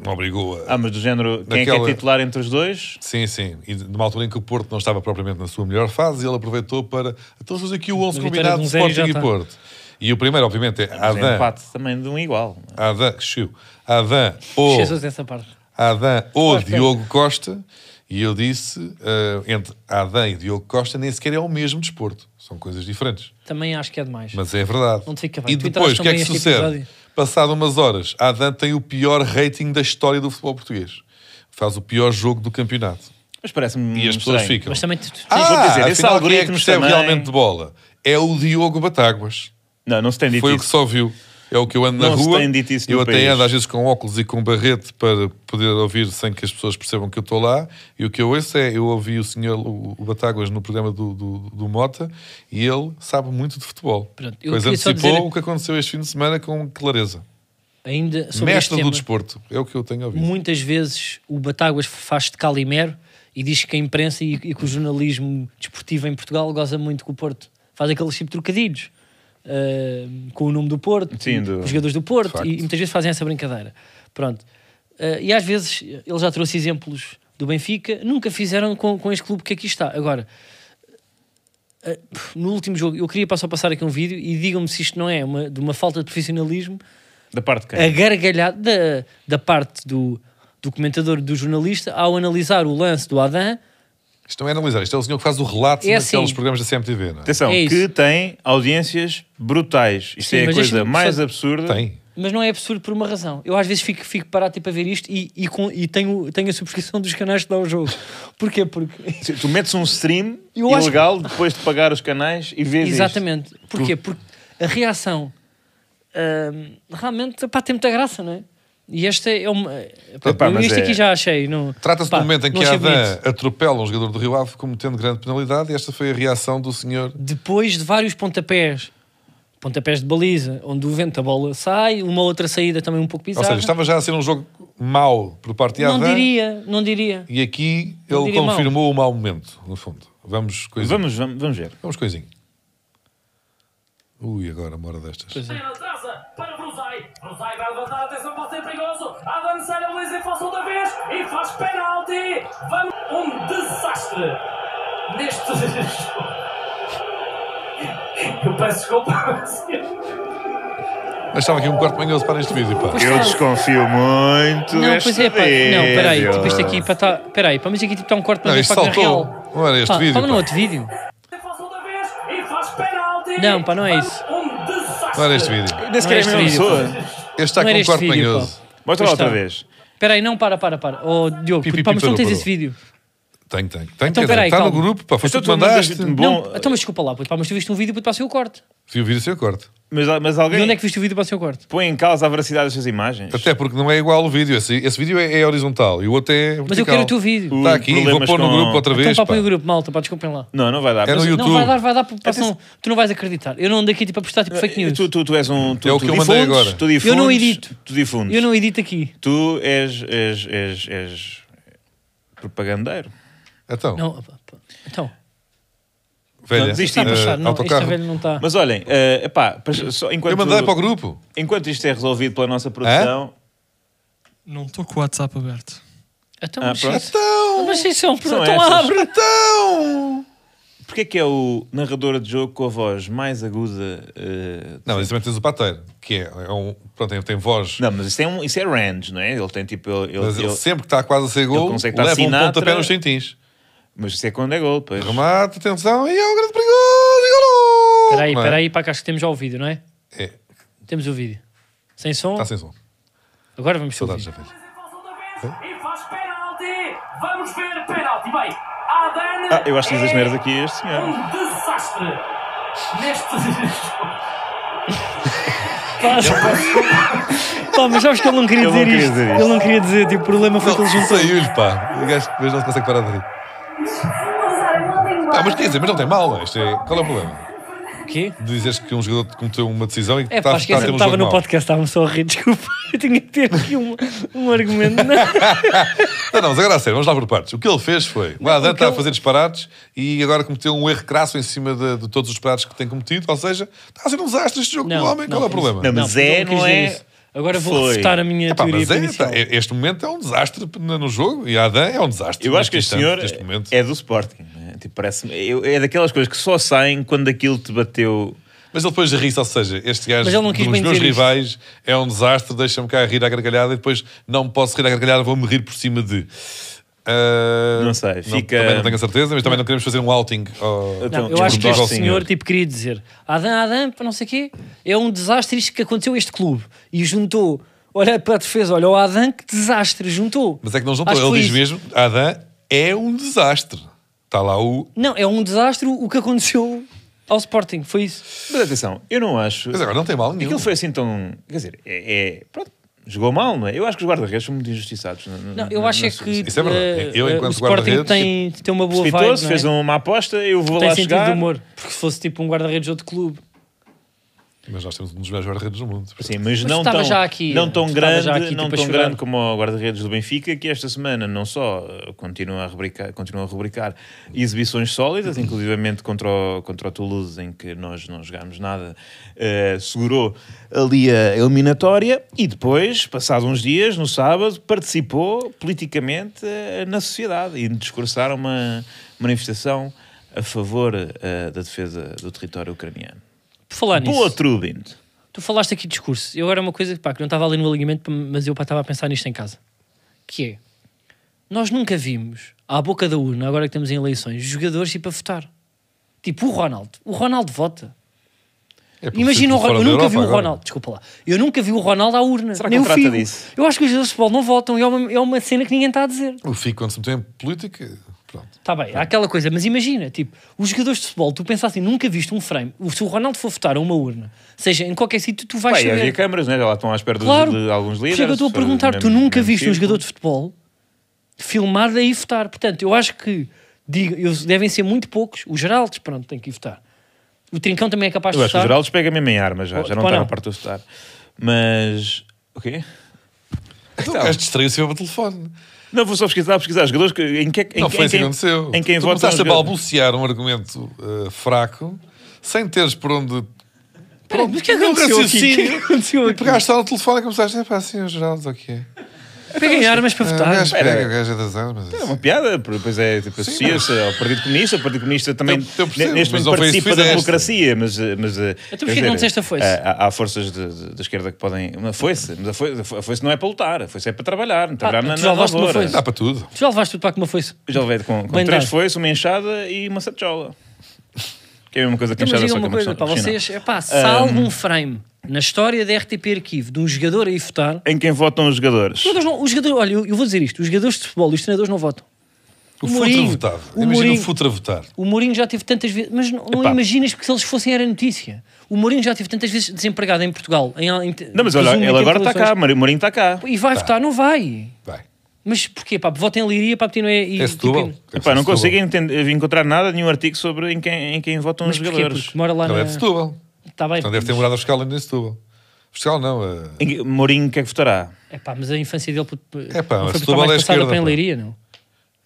Speaker 3: me obrigou a.
Speaker 1: Ah, mas do género, quem é que é
Speaker 3: Naquela-
Speaker 1: titular entre os dois?
Speaker 3: Sim, sim. E de- numa altura em que o Porto não estava propriamente na sua melhor fase, ele aproveitou para. Então, vamos fazer aqui o 11
Speaker 2: Uma vitória
Speaker 3: combinado
Speaker 2: de
Speaker 3: de
Speaker 2: um zero e já
Speaker 3: Sporting e
Speaker 2: está.
Speaker 3: Porto. E o primeiro, obviamente, é
Speaker 1: Mas é
Speaker 3: Adam.
Speaker 1: empate também de um igual. não é?
Speaker 3: Adam, que chiu. Adam ou,
Speaker 2: Jesus, essa parte.
Speaker 3: Adam ou
Speaker 2: Costa.
Speaker 3: Diogo Costa. E eu disse, eh, entre Adam e Diogo Costa, nem sequer é o mesmo desporto. São coisas diferentes.
Speaker 2: Também acho que é demais.
Speaker 3: Mas é verdade.
Speaker 2: Não te fica bem.
Speaker 3: e
Speaker 2: Tu
Speaker 3: depois,
Speaker 2: entraste
Speaker 3: o que é que
Speaker 2: também este
Speaker 3: sucede?
Speaker 2: episódio.
Speaker 3: Passado umas horas, Adam tem o pior rating da história do futebol português. Faz o pior jogo do campeonato.
Speaker 1: Mas parece-me
Speaker 3: E as pessoas
Speaker 1: estranho.
Speaker 2: Hum,
Speaker 3: ficam.
Speaker 2: Mas também tu- tu-
Speaker 1: vou
Speaker 3: Ah,
Speaker 1: dizer, esse
Speaker 3: afinal, quem é que
Speaker 1: algoritmo
Speaker 3: percebe
Speaker 1: também-
Speaker 3: realmente de bola? É o Diogo Batáguas.
Speaker 1: Não, não se tem dito
Speaker 3: Foi o que
Speaker 1: isso.
Speaker 3: só viu. É o que eu ando na
Speaker 1: Não se
Speaker 3: rua.
Speaker 1: tem dito isso no
Speaker 3: eu até
Speaker 1: país.
Speaker 3: ando às vezes com óculos e com barrete para poder ouvir sem que as pessoas percebam que eu estou lá. E o que eu ouço é: eu ouvi o senhor, o o Batáguas, no programa do, do, do Mota e ele sabe muito de futebol.
Speaker 2: Pronto, eu
Speaker 3: pois
Speaker 2: queria só
Speaker 3: antecipou
Speaker 2: dizer-
Speaker 3: o que aconteceu este fim de semana com clareza.
Speaker 2: Ainda sobre este
Speaker 3: Mestre do
Speaker 2: tema,
Speaker 3: desporto. É o que eu tenho ouvido.
Speaker 2: muitas vezes o Batáguas faz de calimero e diz que a imprensa e, e que o jornalismo desportivo em Portugal goza muito com o Porto. Faz aqueles tipo de trocadilhos. ah, com o nome do Porto,
Speaker 1: Sim, do-
Speaker 2: com os jogadores do Porto,
Speaker 3: Facto.
Speaker 2: e, e muitas vezes fazem essa brincadeira. Pronto. Ah, e às vezes ele já trouxe exemplos do Benfica, nunca fizeram com, com este clube que aqui está. Agora, ah, no último jogo, eu queria só passar aqui um vídeo e digam-me se isto não é uma- de uma falta de profissionalismo
Speaker 1: Da parte
Speaker 3: É.
Speaker 1: de quem?
Speaker 2: a gargalhada da, da parte do, do comentador, do jornalista, ao analisar o lance do Adam.
Speaker 3: Isto não é analisar, isto é o senhor que faz o relato
Speaker 2: É
Speaker 3: naqueles
Speaker 2: assim.
Speaker 3: programas da CMTV, não é?
Speaker 1: Atenção,
Speaker 2: É isso.
Speaker 1: que tem audiências brutais. Isto
Speaker 2: Sim,
Speaker 1: é a
Speaker 2: mas
Speaker 1: coisa
Speaker 2: deixa-me
Speaker 1: mais
Speaker 2: só-
Speaker 1: absurda.
Speaker 3: Tem.
Speaker 2: Mas não é absurdo por uma razão. Eu às vezes fico, fico parado tipo, a ver isto e, e, com- e tenho, tenho a subscrição dos canais que dá o jogo. Porquê? Porque
Speaker 1: Se Tu metes um stream
Speaker 2: Eu acho-
Speaker 1: ilegal depois de pagar os canais e vês isto.
Speaker 2: Exatamente. Porquê? Porque a reação ahm, realmente pá, tem muita graça, não é? E esta é uma. Pá,
Speaker 1: Epá, mas
Speaker 2: isto
Speaker 1: é-
Speaker 2: aqui já achei. não-
Speaker 3: Trata-se
Speaker 2: pá,
Speaker 3: do momento em
Speaker 2: não
Speaker 3: que a
Speaker 2: achei bonito.
Speaker 3: Adam atropela um jogador do Rio Ave cometendo grande penalidade e esta foi a reação do senhor.
Speaker 2: Depois de vários pontapés, pontapés de baliza, onde o vento a bola sai, uma outra saída também um pouco
Speaker 3: Ou
Speaker 2: bizarra.
Speaker 3: seja, estava já a ser um jogo mau por parte de
Speaker 2: Não
Speaker 3: Adam
Speaker 2: diria, não diria.
Speaker 3: e aqui
Speaker 2: Não
Speaker 3: ele
Speaker 2: diria mau.
Speaker 3: confirmou o mau momento, no fundo. Vamos coisinho. Vamos,
Speaker 1: Vamos, vamos, vamos ver.
Speaker 3: coisinho. Ui, agora uma hora destas.
Speaker 2: Pois é.
Speaker 5: Tem na traça para Brusai. Brusai vai levantar, atenção, pode ser perigoso. Adam sai a baliza e faz outra vez e faz penalti. Vamos. Um desastre neste jogo. Eu peço desculpa. mas-
Speaker 3: Deixava aqui um quarto manhoso para este vídeo, pá.
Speaker 1: Eu desconfio muito.
Speaker 2: Não,
Speaker 1: deste
Speaker 2: pois é, pá. Não, peraí,
Speaker 1: vídeo.
Speaker 2: tipo isto aqui, pá, tá, peraí, pá, mas aqui tipo está um corte para
Speaker 3: Não,
Speaker 2: ver
Speaker 3: isto
Speaker 2: para a
Speaker 3: saltou.
Speaker 2: real.
Speaker 3: Não era este
Speaker 2: Pá,
Speaker 3: vídeo.
Speaker 2: Fala num
Speaker 3: pá. Tá
Speaker 2: outro vídeo.
Speaker 5: Faz outra vez e faz penalti.
Speaker 2: Não, pá, não é isso.
Speaker 5: Um desastre.
Speaker 3: Não era este vídeo.
Speaker 1: Nem sequer é a
Speaker 2: Não
Speaker 1: mesma
Speaker 2: é este vídeo,
Speaker 1: pessoa.
Speaker 3: Este está
Speaker 2: Não
Speaker 3: com
Speaker 2: era
Speaker 3: um
Speaker 2: este
Speaker 3: quarto
Speaker 2: vídeo,
Speaker 3: manhoso.
Speaker 2: pá.
Speaker 1: Mostra
Speaker 2: Pois
Speaker 1: lá outra
Speaker 2: está.
Speaker 1: vez.
Speaker 2: Peraí, não, para, para, para. Oh, Diogo,
Speaker 3: Pi, pi,
Speaker 2: pá, mas
Speaker 3: pi,
Speaker 2: não
Speaker 3: parou,
Speaker 2: tens esse
Speaker 3: parou.
Speaker 2: vídeo.
Speaker 3: Tenho, tenho. Tenho,
Speaker 2: Então,
Speaker 3: quer dizer,
Speaker 2: peraí,
Speaker 3: está no
Speaker 2: calma.
Speaker 3: grupo, pá. Foste tu
Speaker 1: Então
Speaker 3: que
Speaker 1: tu me
Speaker 3: mandaste.
Speaker 1: dizes-me bom.
Speaker 2: Não, então mas desculpa lá, puto, pá, mas tu viste um vídeo puto, para o seu corte.
Speaker 3: Vi o vídeo sem o corte.
Speaker 1: Mas, mas
Speaker 2: E
Speaker 1: alguém
Speaker 2: onde é que viste o vídeo para o seu corte?
Speaker 1: põe em causa a veracidade destas imagens?
Speaker 3: Até porque não é igual o vídeo. Esse, esse vídeo é, é horizontal e o outro é vertical.
Speaker 2: Mas eu quero o teu vídeo.
Speaker 1: Ui,
Speaker 3: Está aqui, vou
Speaker 1: problemas
Speaker 3: pôr no
Speaker 1: com-
Speaker 3: grupo outra vez.
Speaker 2: Então pá,
Speaker 3: pá.
Speaker 2: põe o grupo, malta, pá, desculpem lá.
Speaker 1: Não, não vai dar.
Speaker 3: É no
Speaker 1: Mas-
Speaker 3: YouTube. É
Speaker 2: Não, vai dar, vai dar, pá, pá, senão tu não vais acreditar. Eu não ando aqui tipo a postar tipo fake news.
Speaker 1: Tu, tu, tu és um. Tu,
Speaker 3: É o
Speaker 1: tu
Speaker 3: que eu
Speaker 1: difundes,
Speaker 3: mandei agora.
Speaker 1: Tu difundes,
Speaker 2: Eu não edito.
Speaker 1: Tu difundes.
Speaker 2: Eu não edito aqui.
Speaker 1: Tu és. és, és, és propagandeiro.
Speaker 3: Então,
Speaker 2: Não, pá, pá. então,
Speaker 3: velha,
Speaker 1: Não, desistimos.
Speaker 3: eh,
Speaker 1: Está a
Speaker 2: puxar, não, esta
Speaker 3: autocarro.
Speaker 2: velha não está.
Speaker 1: Mas olhem, eh, epá, para- só enquanto,
Speaker 3: Eu mandei para o grupo.
Speaker 1: enquanto isto é resolvido pela nossa produção,
Speaker 4: Não estou com o WhatsApp aberto.
Speaker 2: Então,
Speaker 1: Ah,
Speaker 2: mas
Speaker 1: pronto.
Speaker 2: isso- mas isso é um
Speaker 1: São
Speaker 2: Então
Speaker 1: essas.
Speaker 2: abre.
Speaker 3: Então!
Speaker 1: porquê é que é o narrador de jogo com a voz mais aguda? eh,
Speaker 3: Não, isso também tens o pateiro, que é, é um, pronto, tem, tem voz.
Speaker 1: Não, mas isso é, um, isso é range, não é? Ele tem tipo. Ele, ele-
Speaker 3: mas ele,
Speaker 1: ele-
Speaker 3: sempre que está quase a ser gol,
Speaker 1: consegue estar
Speaker 3: leva um
Speaker 1: Sinatra.
Speaker 3: pontapé nos tintins.
Speaker 1: Mas isso é quando é gol, pois.
Speaker 3: Remate, atenção, e é um grande perigoso, e golo!
Speaker 2: Espera aí,
Speaker 3: Não é?
Speaker 2: espera aí, pá, que acho que temos já o vídeo, não é?
Speaker 3: É,
Speaker 2: Temos o vídeo. Sem som,
Speaker 1: Tá
Speaker 3: está sem som.
Speaker 2: agora vamos
Speaker 3: Saudades
Speaker 2: subir.
Speaker 3: já fez.
Speaker 5: Faz outra vez e faz penalti. Vamos ver penalti. Bem, Adan.
Speaker 1: Ah, eu acho que diz as
Speaker 5: é
Speaker 1: merdas aqui este senhor.
Speaker 5: Um desastre. Neste.
Speaker 2: Pá, mas sabes que ele não queria
Speaker 1: Ele não
Speaker 2: dizer
Speaker 1: queria
Speaker 2: isto.
Speaker 1: dizer isto.
Speaker 2: Ele não queria dizer, tipo, o problema foi que ele juntou.
Speaker 3: Saiu-lhe, pá. O gajo depois não se consegue parar de rir. Ah, mas quer dizer, mas não tem mal. Isto é, qual é o problema?
Speaker 2: O quê?
Speaker 3: De Dizeres que um jogador cometeu uma decisão e que
Speaker 2: É
Speaker 1: Tá,
Speaker 3: está
Speaker 2: pá,
Speaker 3: a ficar
Speaker 2: esquece,
Speaker 3: pelo
Speaker 2: estava
Speaker 3: jogo
Speaker 2: no
Speaker 3: mau.
Speaker 2: podcast, estava só a rir, desculpa. Eu tinha que ter aqui um, um argumento. Não.
Speaker 3: Ah, Não, não, mas agora a sério, vamos lá por partes. O que ele fez foi, o Adam está a fazer disparados e agora cometeu um erro crasso em cima de, de todos os disparados que tem cometido, ou seja, está a ser um desastre este jogo
Speaker 2: Não,
Speaker 3: do homem, qual é o
Speaker 2: não,
Speaker 3: problema?
Speaker 1: Não, mas é,
Speaker 2: quis
Speaker 1: não
Speaker 2: dizer
Speaker 1: é?
Speaker 2: isso. Agora vou
Speaker 1: Foi.
Speaker 2: refutar a minha
Speaker 3: É pá,
Speaker 2: teoria
Speaker 3: mas é,
Speaker 2: inicial.
Speaker 3: tá, é- este momento é um desastre no no jogo e Adam é um desastre.
Speaker 1: Eu acho que
Speaker 3: neste
Speaker 1: este senhor
Speaker 3: instante, neste momento.
Speaker 1: é do Sporting. né? Tipo, parece é, é daquelas coisas que só saem quando aquilo te bateu.
Speaker 3: Mas ele depois ri-se, ou seja, este gajo
Speaker 2: Mas ele não quis
Speaker 3: dos
Speaker 2: bem
Speaker 3: meus
Speaker 2: dizer isto.
Speaker 3: rivais é um desastre, deixa-me cá rir à gargalhada e depois não me posso rir à gargalhada, vou-me rir por cima de. Ah,
Speaker 1: Não sei, fica-
Speaker 3: também não tenho a certeza, mas também não queremos fazer um outing. ao-
Speaker 2: Não,
Speaker 1: Então,
Speaker 2: eu acho que
Speaker 3: desculpa,
Speaker 2: este senhor
Speaker 3: ao senhor.
Speaker 2: tipo, queria dizer Adam, Adam, pá, não sei o quê, é um desastre isto que aconteceu a este clube. E juntou, olha para a defesa, olha o Adam, que desastre, juntou.
Speaker 3: Mas é que não
Speaker 2: Acho
Speaker 3: juntou. Ele
Speaker 2: foi
Speaker 3: diz
Speaker 2: isso.
Speaker 3: mesmo: Adam é um desastre. Está lá o.
Speaker 2: Não, é um desastre o que aconteceu ao Sporting, foi isso.
Speaker 1: Mas atenção, eu não acho.
Speaker 3: Mas agora não tem mal nenhum.
Speaker 1: Aquilo foi assim tão. Quer dizer, é. é- pronto, jogou mal, não é? Eu acho que os guarda-redes são muito injustiçados. na- na-
Speaker 2: Não, eu
Speaker 1: na-
Speaker 2: acho
Speaker 1: na-
Speaker 2: é que
Speaker 3: Isso é verdade.
Speaker 2: eh,
Speaker 3: Eu,
Speaker 2: eh, o
Speaker 3: enquanto
Speaker 2: Sporting
Speaker 3: guarda-redes, tipo,
Speaker 2: tem, tem uma boa vibe,
Speaker 1: precipitou-se,
Speaker 2: não é?
Speaker 1: fez um uma aposta, eu vou
Speaker 2: tem
Speaker 1: lá
Speaker 2: sentido de
Speaker 1: chegar.
Speaker 2: humor. Porque se fosse tipo um guarda-redes de outro clube.
Speaker 3: Mas nós temos um dos melhores guarda-redes do mundo.
Speaker 1: Sim, mas,
Speaker 2: Mas
Speaker 1: não
Speaker 2: estava
Speaker 1: tão,
Speaker 2: já aqui,
Speaker 1: não tão
Speaker 2: estava
Speaker 1: grande,
Speaker 2: já aqui,
Speaker 1: não
Speaker 2: tipo, a
Speaker 1: tão
Speaker 2: chorar.
Speaker 1: grande como o guarda-redes do Benfica, que esta semana não só eh, continua a rubricar, continua a rubricar exibições sólidas,
Speaker 2: Uhum.
Speaker 1: inclusivamente contra o, contra o Toulouse, em que nós não jogámos nada, eh, segurou ali a eliminatória e depois, passados uns dias, no sábado, participou politicamente eh, na sociedade e discursaram uma manifestação a favor eh, da defesa do território ucraniano.
Speaker 2: Por falar nisso.
Speaker 1: Boa, Trubin!
Speaker 2: Tu falaste aqui de discurso. Eu agora uma coisa pá, que não estava ali no alinhamento, mas eu pá, estava a pensar nisto em casa. Que é, nós nunca vimos, à boca da urna, agora que estamos em eleições, jogadores tipo a votar. Tipo o Ronaldo. O Ronaldo vota.
Speaker 3: É porque
Speaker 2: Imagina o
Speaker 3: fora
Speaker 2: Ronaldo. Eu
Speaker 3: da
Speaker 2: nunca vi o
Speaker 3: Europa agora.
Speaker 2: Ronaldo. Desculpa lá. Eu nunca vi o Ronaldo à urna.
Speaker 1: Será que
Speaker 2: nem
Speaker 1: não
Speaker 2: o
Speaker 1: trata
Speaker 2: Figo.
Speaker 1: disso?
Speaker 2: Eu acho que os jogadores de futebol não votam. e É uma, é uma cena que ninguém está a dizer.
Speaker 3: O Fico, quando se meteu em política. Pronto.
Speaker 2: Está bem, há aquela coisa, mas imagina, tipo, os jogadores de futebol, tu pensas assim, nunca viste um frame. Se o Ronaldo for votar a uma urna, seja em qualquer sítio, tu vais
Speaker 1: Bem,
Speaker 2: saber.
Speaker 1: havia câmaras, né? lá estão à espera dos-
Speaker 2: Claro.
Speaker 1: de alguns
Speaker 2: Por
Speaker 1: líderes.
Speaker 2: isso é que eu estou a
Speaker 1: foi do
Speaker 2: perguntar, tu
Speaker 1: mesmo-
Speaker 2: nunca
Speaker 1: mesmo
Speaker 2: viste um
Speaker 1: tipo.
Speaker 2: jogador de futebol filmar daí votar. Portanto, eu acho que digo, eles devem ser muito poucos. O Geraldes, pronto, tem que ir votar. O Trincão também é capaz
Speaker 1: Eu
Speaker 2: de
Speaker 1: acho que o
Speaker 2: votar.
Speaker 1: Geraldo pega mesmo em armas já,
Speaker 2: Oh,
Speaker 1: já não
Speaker 2: pá,
Speaker 1: está
Speaker 2: não.
Speaker 1: na parte do estar. Mas. O quê?
Speaker 3: Então, o gajo distraiu-se para o telefone.
Speaker 1: Não, vou só pesquisar, pesquisar jogadores que, em que em,
Speaker 3: não
Speaker 1: que- em
Speaker 3: foi isso que
Speaker 1: quem,
Speaker 3: aconteceu.
Speaker 1: Em quem
Speaker 3: tu
Speaker 1: votam
Speaker 3: começaste a
Speaker 1: os jogadores.
Speaker 3: balbuciar um argumento eh, fraco, sem teres por onde.
Speaker 2: Peraí, mas o que é que
Speaker 3: Não,
Speaker 2: aconteceu aqui? O que é
Speaker 3: raciocínio.
Speaker 2: que aconteceu
Speaker 3: E
Speaker 2: aqui?
Speaker 3: pegaste só no telefone e começaste a pá, assim, o Geraldo, ok.
Speaker 2: Peguem armas para
Speaker 3: Ah, O
Speaker 2: votar.
Speaker 3: gajo pega,
Speaker 1: Espera.
Speaker 3: o gajo é das armas.
Speaker 1: É uma piada, porque depois é tipo,
Speaker 3: Sim,
Speaker 1: associa-se ao Partido Comunista, o Partido Comunista também
Speaker 3: Eu- eu percebo,
Speaker 1: neste momento
Speaker 3: mas não foi isso que
Speaker 1: participa da
Speaker 3: fizeste.
Speaker 1: democracia, mas... eh, mas eh,
Speaker 2: Então porquê
Speaker 1: quer
Speaker 2: que
Speaker 1: dizer,
Speaker 2: não disseste a foice?
Speaker 1: eh, Há, há forças de- de- da esquerda que podem... Uma foice, mas a foice, a foice não é para lutar, a foice é para trabalhar, não trabalhar na,
Speaker 2: Ah, tu
Speaker 1: na
Speaker 2: já levaste uma
Speaker 1: lavoura.
Speaker 2: foice?
Speaker 3: Dá para tudo.
Speaker 2: Tu já levaste tudo para que uma foice.
Speaker 1: Já levei com, com
Speaker 2: Bem
Speaker 1: três
Speaker 2: dado.
Speaker 1: foices, uma enxada e uma satchola. Que é a mesma coisa que
Speaker 2: Então, mas
Speaker 1: enxada, só que é
Speaker 2: digam uma
Speaker 1: uma
Speaker 2: coisa
Speaker 1: questão
Speaker 2: para
Speaker 1: de piscina.
Speaker 2: vocês. É pá, se há algum frame na história da RTP Arquivo de um jogador a ir votar.
Speaker 1: Em quem votam os jogadores?
Speaker 2: Os jogadores não- os jogadores, olha, eu, eu vou dizer isto: os jogadores de futebol e os treinadores não votam.
Speaker 3: O Futra
Speaker 2: Mourinho,
Speaker 3: votava.
Speaker 2: o
Speaker 3: Imagina o
Speaker 2: Mourinho.
Speaker 3: Futra votar.
Speaker 2: O Mourinho já teve tantas vezes. Mas não, não
Speaker 1: Epá.
Speaker 2: imaginas porque se eles fossem era notícia. O Mourinho já teve tantas vezes desempregado em Portugal. Em, em,
Speaker 1: Não, mas olha,
Speaker 2: presumo, em
Speaker 1: ele agora está cá,
Speaker 2: eleições.
Speaker 1: Mari- Mourinho está cá. Tá.
Speaker 2: E vai votar? Não vai.
Speaker 3: Vai.
Speaker 2: Mas porquê? Pá, vota em Liria, pá, porque não é. E,
Speaker 3: É Setúbal.
Speaker 2: tipo,
Speaker 1: Epá, não
Speaker 3: Setúbal.
Speaker 1: consigo entender- encontrar nada, nenhum artigo sobre em quem, em quem votam
Speaker 2: mas
Speaker 1: os
Speaker 2: porquê?
Speaker 1: jogadores.
Speaker 2: Porque mora lá
Speaker 3: Não
Speaker 2: na.
Speaker 3: é de Setúbal.
Speaker 2: Tá bem.
Speaker 3: Então deve ter morado a fiscal ainda em Setúbal. Fiscal não. eh,
Speaker 1: Em que- Mourinho, que é que votará?
Speaker 2: É pá, mas a infância dele.
Speaker 3: É pá,
Speaker 2: não
Speaker 3: mas
Speaker 2: foi
Speaker 3: Setúbal
Speaker 2: mais
Speaker 3: é
Speaker 2: passada
Speaker 3: à esquerda,
Speaker 2: para em
Speaker 3: pá.
Speaker 2: Leiria, não?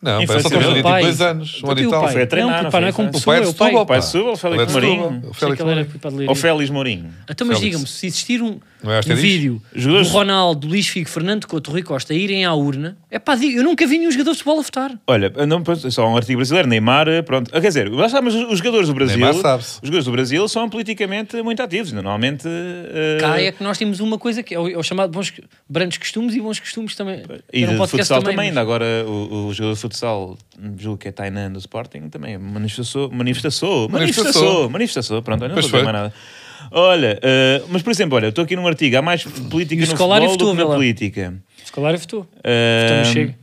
Speaker 3: Não,
Speaker 1: Infância
Speaker 3: parece que
Speaker 1: dele.
Speaker 3: ele
Speaker 1: Ele
Speaker 3: tem
Speaker 2: O
Speaker 3: 22 anos.
Speaker 2: Então,
Speaker 3: Um ano
Speaker 2: e
Speaker 3: e
Speaker 2: o
Speaker 3: tal.
Speaker 2: pai?
Speaker 1: Foi a treinar,
Speaker 2: não, pá, não é
Speaker 1: foi a
Speaker 2: como
Speaker 3: O pai é
Speaker 2: pessoa,
Speaker 3: de
Speaker 2: é o pai.
Speaker 3: Setúbal, pá.
Speaker 1: Pai de Setúbal, Félix
Speaker 3: Ele é de Setúbal.
Speaker 1: Mourinho.
Speaker 3: O
Speaker 2: Achei
Speaker 3: Félix
Speaker 2: que ele era
Speaker 3: Mourinho.
Speaker 2: para de Leiria.
Speaker 1: Ou Félix Mourinho?
Speaker 2: Então, mas
Speaker 3: Félix.
Speaker 2: digam-me, se existir um,
Speaker 3: Não é
Speaker 2: um
Speaker 3: asterisco?
Speaker 2: vídeo
Speaker 1: Jogadores-
Speaker 2: do Ronaldo, do Luís Figo, Fernando Couto, Rui Costa irem à urna, é pá, digo, eu nunca vi nenhum jogador de futebol a votar.
Speaker 1: Olha, não, pois, só um artigo brasileiro, Neymar, pronto. Ah, Quer dizer, lá está, mas os jogadores do Brasil.
Speaker 3: Neymar
Speaker 1: Os
Speaker 3: sabe-se.
Speaker 1: jogadores do Brasil são politicamente muito ativos. Normalmente. eh,
Speaker 2: Cá é que nós temos uma coisa que é o, é o chamado bons, brandos costumes e bons costumes também.
Speaker 1: E
Speaker 2: Era um
Speaker 1: de
Speaker 2: podcast
Speaker 1: futsal também,
Speaker 2: mas-
Speaker 1: ainda agora o, o jogador de futsal, julgo que é Tainan do Sporting, também manifestou, manifestou, manifestou,
Speaker 3: Manifestou.
Speaker 1: manifestou, pronto, olha, não
Speaker 3: Pois
Speaker 1: vou dizer
Speaker 3: foi.
Speaker 1: mais nada. Olha, eh, mas por exemplo, olha, eu estou aqui num artigo, há mais política
Speaker 2: E o
Speaker 1: no
Speaker 2: Scolari
Speaker 1: futebol do
Speaker 2: votou,
Speaker 1: que na
Speaker 2: vê lá.
Speaker 1: política.
Speaker 2: Se calhar votou.
Speaker 1: Eh,
Speaker 2: Então não chega.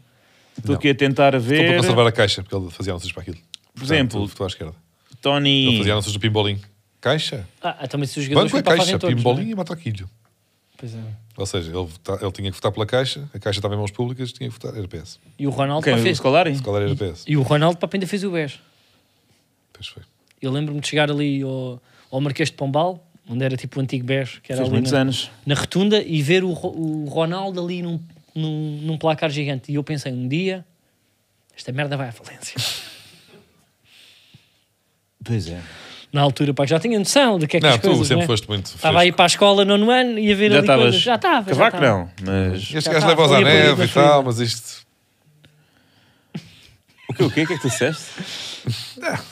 Speaker 1: Estou aqui a tentar
Speaker 3: Estou para
Speaker 1: ver,
Speaker 3: conservar a caixa, porque ele fazia anúncios para aquilo. Por
Speaker 1: exemplo,
Speaker 3: Votou à esquerda. Ele
Speaker 1: Tony,
Speaker 3: fazia anúncios do pimbolim. Caixa?
Speaker 2: Ah, também se os jogadores
Speaker 3: Banco
Speaker 2: vão
Speaker 3: é
Speaker 2: para
Speaker 3: caixa,
Speaker 2: fazem todos. não é?
Speaker 3: pimbolim e matraquilho.
Speaker 2: Pois é.
Speaker 3: Ou seja, ele, vota- ele tinha que votar pela caixa, a caixa estava em mãos públicas, tinha que votar, era PS.
Speaker 2: E o Ronaldo
Speaker 1: quem, é
Speaker 2: pá,
Speaker 1: o
Speaker 2: fez.
Speaker 1: Scolari?
Speaker 3: Qual era, era PS?
Speaker 2: E o Ronaldo pá, ainda fez o BES.
Speaker 3: Pois foi.
Speaker 2: Eu lembro-me de chegar ali ao, ao Marquês de Pombal, onde era tipo o antigo BES, que era
Speaker 1: Fez
Speaker 2: ali é?
Speaker 1: muitos
Speaker 2: na,
Speaker 1: anos.
Speaker 2: na rotunda, e ver o, Ro- o Ronaldo ali num, num, num placar gigante. E eu pensei, um dia, esta merda vai à falência.
Speaker 1: Pois é.
Speaker 2: Na altura, pá, já tinha noção do que é que
Speaker 3: Não,
Speaker 2: as
Speaker 3: tu
Speaker 2: coisas,
Speaker 3: sempre
Speaker 2: não é?
Speaker 3: foste muito
Speaker 2: Estava aí
Speaker 3: fresco.
Speaker 2: para a escola nono ano e a ver
Speaker 1: Já
Speaker 2: ali
Speaker 1: estavas.
Speaker 2: coisas. Já estava. já
Speaker 1: Cavaco
Speaker 2: estava.
Speaker 1: não, mas.
Speaker 3: Este
Speaker 2: Já
Speaker 3: gajo
Speaker 2: tá,
Speaker 3: leva-os à
Speaker 2: olha para ali
Speaker 3: neve
Speaker 2: na
Speaker 3: e tal,
Speaker 2: frente.
Speaker 3: mas isto...
Speaker 1: O que, o que é que é que tu disseste?